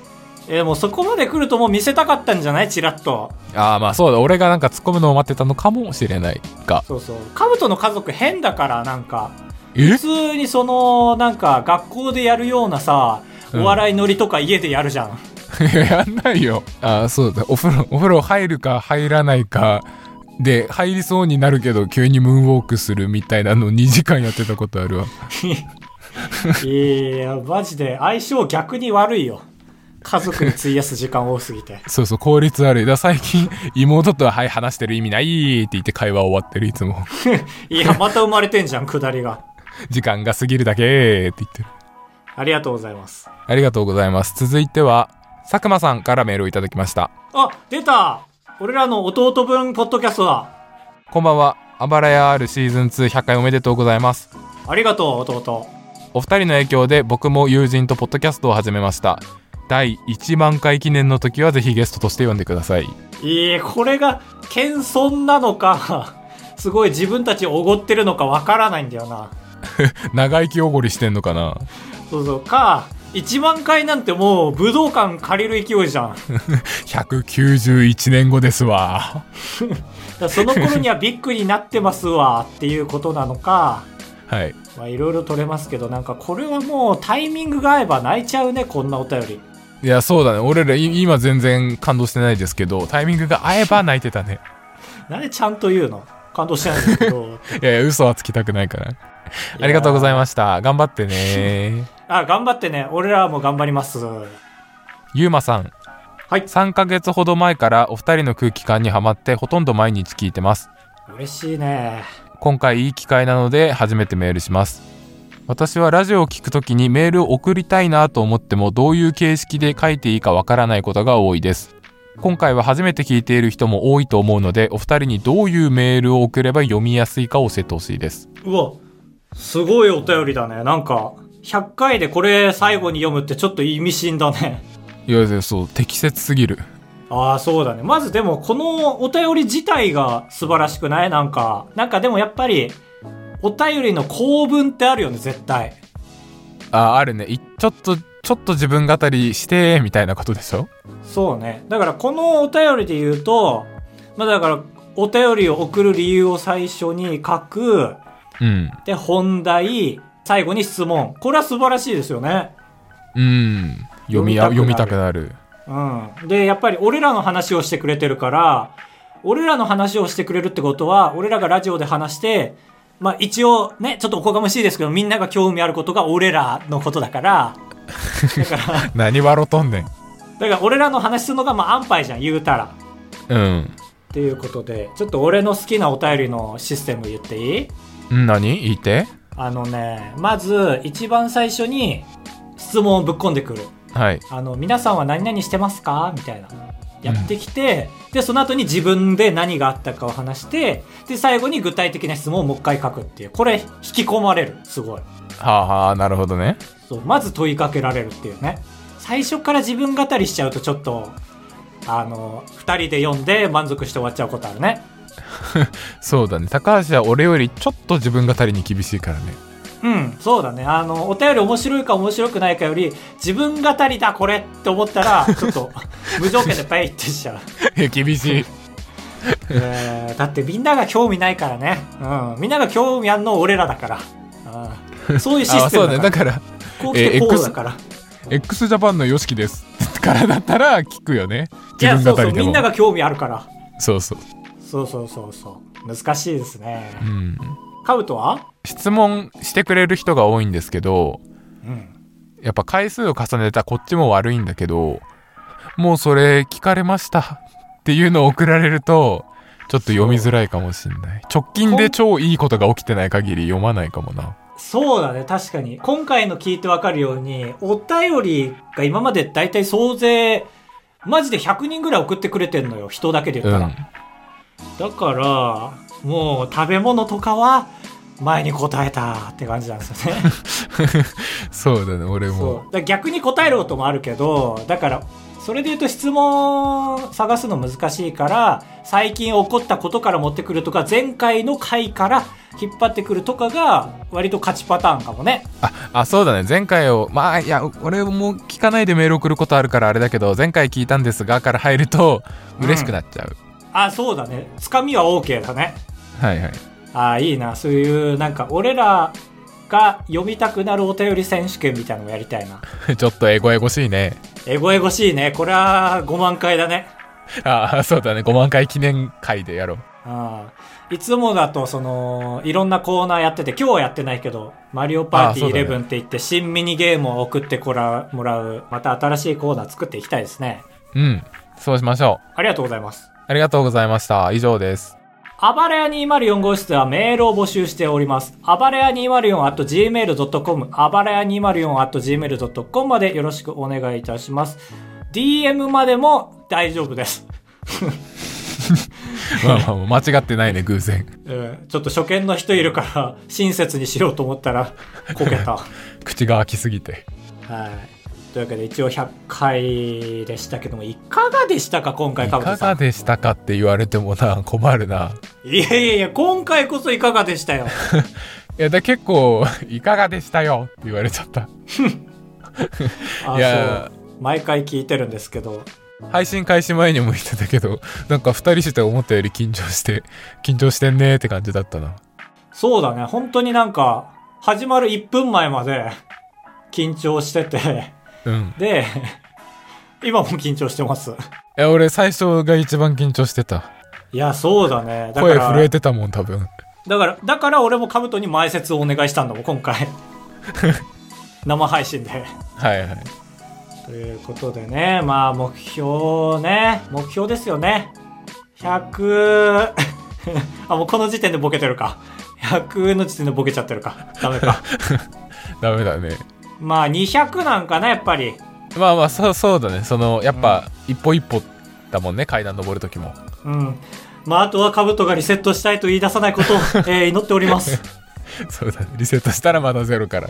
Speaker 1: えーもうそこまで来るともう見せたかったんじゃないチラッと。
Speaker 2: ああまあそうだ俺がなんか突っ込むのを待ってたのかもしれないが
Speaker 1: そうそう。カブトの家族変だから、なんか。
Speaker 2: え
Speaker 1: 普通にその、なんか、学校でやるようなさ、
Speaker 2: うん
Speaker 1: お笑いノリとか家でやる じゃん。
Speaker 2: いややんないよ。ああ、そうだ。お風呂、お風呂入るか入らないか。で、入りそうになるけど、急にムーンウォークするみたいなのを2時間やってたことあるわ。。
Speaker 1: いや、マジで相性逆に悪いよ。家族に費やす時間多すぎて
Speaker 2: そうそう、効率悪い。だから最近、 妹とは、はい、話してる意味ないって言って会話終わってる、いつも。
Speaker 1: いや、また生まれてんじゃん、下りが。
Speaker 2: 時間が過ぎるだけって言ってる。
Speaker 1: ありがとうございます。
Speaker 2: ありがとうございます。続いては、佐久間さんからメールをいただきました。
Speaker 1: あ、出た俺らの弟分ポッドキャストだ。
Speaker 2: こんばんは。あばらやあるシーズン2 100回おめでとうございます。
Speaker 1: ありがとう、弟。
Speaker 2: お二人の影響で僕も友人とポッドキャストを始めました第1万回記念の時はぜひゲストとして呼んでください
Speaker 1: いいこれが謙遜なのか すごい自分たちをおごってるのかわからないんだよな
Speaker 2: 長生きおごりしてんのかな
Speaker 1: そうそうか1万回なんてもう武道館借りる勢いじゃんだか
Speaker 2: 191年後ですわ
Speaker 1: らその頃にはビッグになってますわっていうことなのか
Speaker 2: はい
Speaker 1: まあいろいろ取れますけどなんかこれはもうタイミングが合えば泣いちゃうねこんなお便り
Speaker 2: いやそうだね俺らい今全然感動してないですけどタイミングが合えば泣いてたね
Speaker 1: なんでちゃんと言うの感動してないんですけど
Speaker 2: いやいや嘘はつきたくないからありがとうございました頑張って ね
Speaker 1: あ頑張ってね俺らも頑張ります
Speaker 2: ゆうまさん
Speaker 1: はい
Speaker 2: 3ヶ月ほど前からお二人の空気感にはまってほとんど毎日聞いてます
Speaker 1: 嬉しいね
Speaker 2: 今回いい機会なので初めてメールします私はラジオを聞くときにメールを送りたいなと思ってもどういう形式で書いていいかわからないことが多いです今回は初めて聞いている人も多いと思うのでお二人にどういうメールを送れば読みやすいか教えてほしいです
Speaker 1: うわ、すごいお便りだね。なんか、100回でこれ最後に読むってちょっと意味深だね。
Speaker 2: いやいやそう適切すぎる
Speaker 1: ああ、そうだね。まずでも、このお便り自体が素晴らしくないなんか、なんかでもやっぱり、お便りの構文ってあるよね、絶対。
Speaker 2: ああるねいちょっとちょっと自分語りしてみたいなことでしょ
Speaker 1: そうね。だからこのお便りで言うと、まあだから、お便りを送る理由を最初に書く、
Speaker 2: うん
Speaker 1: で、本題、最後に質問。これは素晴らしいですよね。
Speaker 2: うん読み
Speaker 1: 読
Speaker 2: 読
Speaker 1: み
Speaker 2: み
Speaker 1: た
Speaker 2: た
Speaker 1: く
Speaker 2: くなる
Speaker 1: うん。で、やっぱり俺らの話をしてくれてるから、俺らの話をしてくれるってことは、俺らがラジオで話して、まあ一応ね、ちょっとおこがましいですけど、みんなが興味あることが俺らのことだから、だから、
Speaker 2: 何笑うとんねん
Speaker 1: だから俺らの話するのがまあ安牌じゃん、言うたら。っ
Speaker 2: うん
Speaker 1: ていうことで、ちょっと俺の好きなお便りのシステム言っていい
Speaker 2: ん何言って
Speaker 1: あのね、まず一番最初に質問をぶっ込んでくる。
Speaker 2: はい
Speaker 1: あの皆さんは何々してますかみたいなやってきて、でその後に自分で何があったかを話してで最後に具体的な質問をもう一回書くっていうこれ引き込まれるすごい
Speaker 2: はあはあなるほどね
Speaker 1: そうまず問いかけられるっていうね最初から自分語りしちゃうとちょっとあの2人で読んで満足して終わっちゃうことあるね
Speaker 2: そうだね高橋は俺よりちょっと自分語りに厳しいからね
Speaker 1: うんそうだねあのお便り面白いか面白くないかより自分語りだこれって思ったらちょっと無条件でペイってしちゃう
Speaker 2: いや厳しい
Speaker 1: えーだってみんなが興味ないからね、うん、みんなが興味あんの俺らだから、うん、そういうシ
Speaker 2: あ
Speaker 1: ステ
Speaker 2: そう
Speaker 1: ム
Speaker 2: だ
Speaker 1: だ
Speaker 2: ね
Speaker 1: から
Speaker 2: だから
Speaker 1: こう来てこ
Speaker 2: えー
Speaker 1: う
Speaker 2: X
Speaker 1: だから、
Speaker 2: x ジャパンの YOSHIKI ですからだったら聞くよね
Speaker 1: いや
Speaker 2: 自
Speaker 1: そ
Speaker 2: 分
Speaker 1: うそう
Speaker 2: 語りで
Speaker 1: みん
Speaker 2: も
Speaker 1: なが興味あるから
Speaker 2: そうそう
Speaker 1: そうそうそうそう難しいですね、
Speaker 2: うん
Speaker 1: カブトは
Speaker 2: 質問してくれる人が多いんですけど
Speaker 1: うん
Speaker 2: やっぱ回数を重ねたこっちも悪いんだけどもうそれ聞かれましたっていうのを送られるとちょっと読みづらいかもしんない直近で超いいことが起きてない限り読まないかもな
Speaker 1: そうだね確かに今回の聞いてわかるようにお便りが今までだいたい総勢マジで100人ぐらい送ってくれてんのよ人だけで言
Speaker 2: う
Speaker 1: った
Speaker 2: ん
Speaker 1: ら、だからもう食べ物とかは前に答えたって感じなんですよね
Speaker 2: そうだね俺
Speaker 1: そう
Speaker 2: も
Speaker 1: だから逆に答えることもあるけどだからそれで言うと質問探すの難しいから最近起こったことから持ってくるとか前回の回から引っ張ってくるとかが割と勝ちパターンかもね
Speaker 2: ああそうだね前回をまあいや俺も聞かないでメール送ることあるからあれだけど前回聞いたんですがから入ると嬉しくなっちゃう、
Speaker 1: あそうだねつかみは OK だね
Speaker 2: はいはい
Speaker 1: あいいなそういうなんか俺らが読みたくなるお便り選手権みたいなのもやりたいな
Speaker 2: ちょっとエゴエゴしいね。
Speaker 1: エゴエゴしいねこれは5万回だね
Speaker 2: ああ、そうだね。5万回記念会でやろう。
Speaker 1: ああいつもだと、その、いろんなコーナーやってて、今日はやってないけど、マリオパーティ
Speaker 2: ああそうだ
Speaker 1: ー
Speaker 2: ね
Speaker 1: 11って言って、新ミニゲームを送ってこら、もらう、また新しいコーナー作っていきたいですね。
Speaker 2: うん。そうしましょう。
Speaker 1: ありがとうございます。
Speaker 2: ありがとうございました。以上です。
Speaker 1: あばれや204号室ではメールを募集しております。あばれや 204.gmail.com、あばれや 204.gmail.com までよろしくお願いいたします。DM までも大丈夫です。
Speaker 2: まあまあま あ、間違ってないね、偶然。
Speaker 1: うん、ちょっと初見の人いるから、親切にしようと思ったら、こけた。
Speaker 2: 口が開きすぎて。
Speaker 1: はい。というわけで一応100回でしたけども、いかがでしたか今回、
Speaker 2: い
Speaker 1: かぶ
Speaker 2: か
Speaker 1: さ
Speaker 2: が
Speaker 1: ん。
Speaker 2: でしたかって言われてもな、困るな。
Speaker 1: いやいやいや、今回こそいかがでしたよ。
Speaker 2: いや、だ結構、いかがでしたよって言われちゃった。
Speaker 1: あ
Speaker 2: いや
Speaker 1: そう。毎回聞いてるんですけど、
Speaker 2: 配信開始前にも言ってたけど、 なんか二人して思ったより緊張して、 緊張してんねーって感じだったな。
Speaker 1: そうだね、本当になんか、始まる1分前まで緊張してて、
Speaker 2: うん。
Speaker 1: で、今も緊張してます。
Speaker 2: いや、俺最初が一番緊張してた。
Speaker 1: いや、そうだね。だか
Speaker 2: 声
Speaker 1: ら、
Speaker 2: 震えてたもん、多分。
Speaker 1: だから、だから俺もカブトに前説をお願いしたんだもん、今 回。生配信で。
Speaker 2: はいはい。
Speaker 1: ということでねまあ目標ね目標ですよね100 あもうこの時点でボケてるか100の時点でボケちゃってるかダメ か
Speaker 2: ダメだね。
Speaker 1: まあ200なんかなやっぱり
Speaker 2: まあまあそうそうだねそのやっぱ一歩一歩だもんね階段登る時も
Speaker 1: うん。まあ、あとは兜がリセットしたいと言い出さないことを、えー祈っております。
Speaker 2: そうだリセットしたらまたゼロから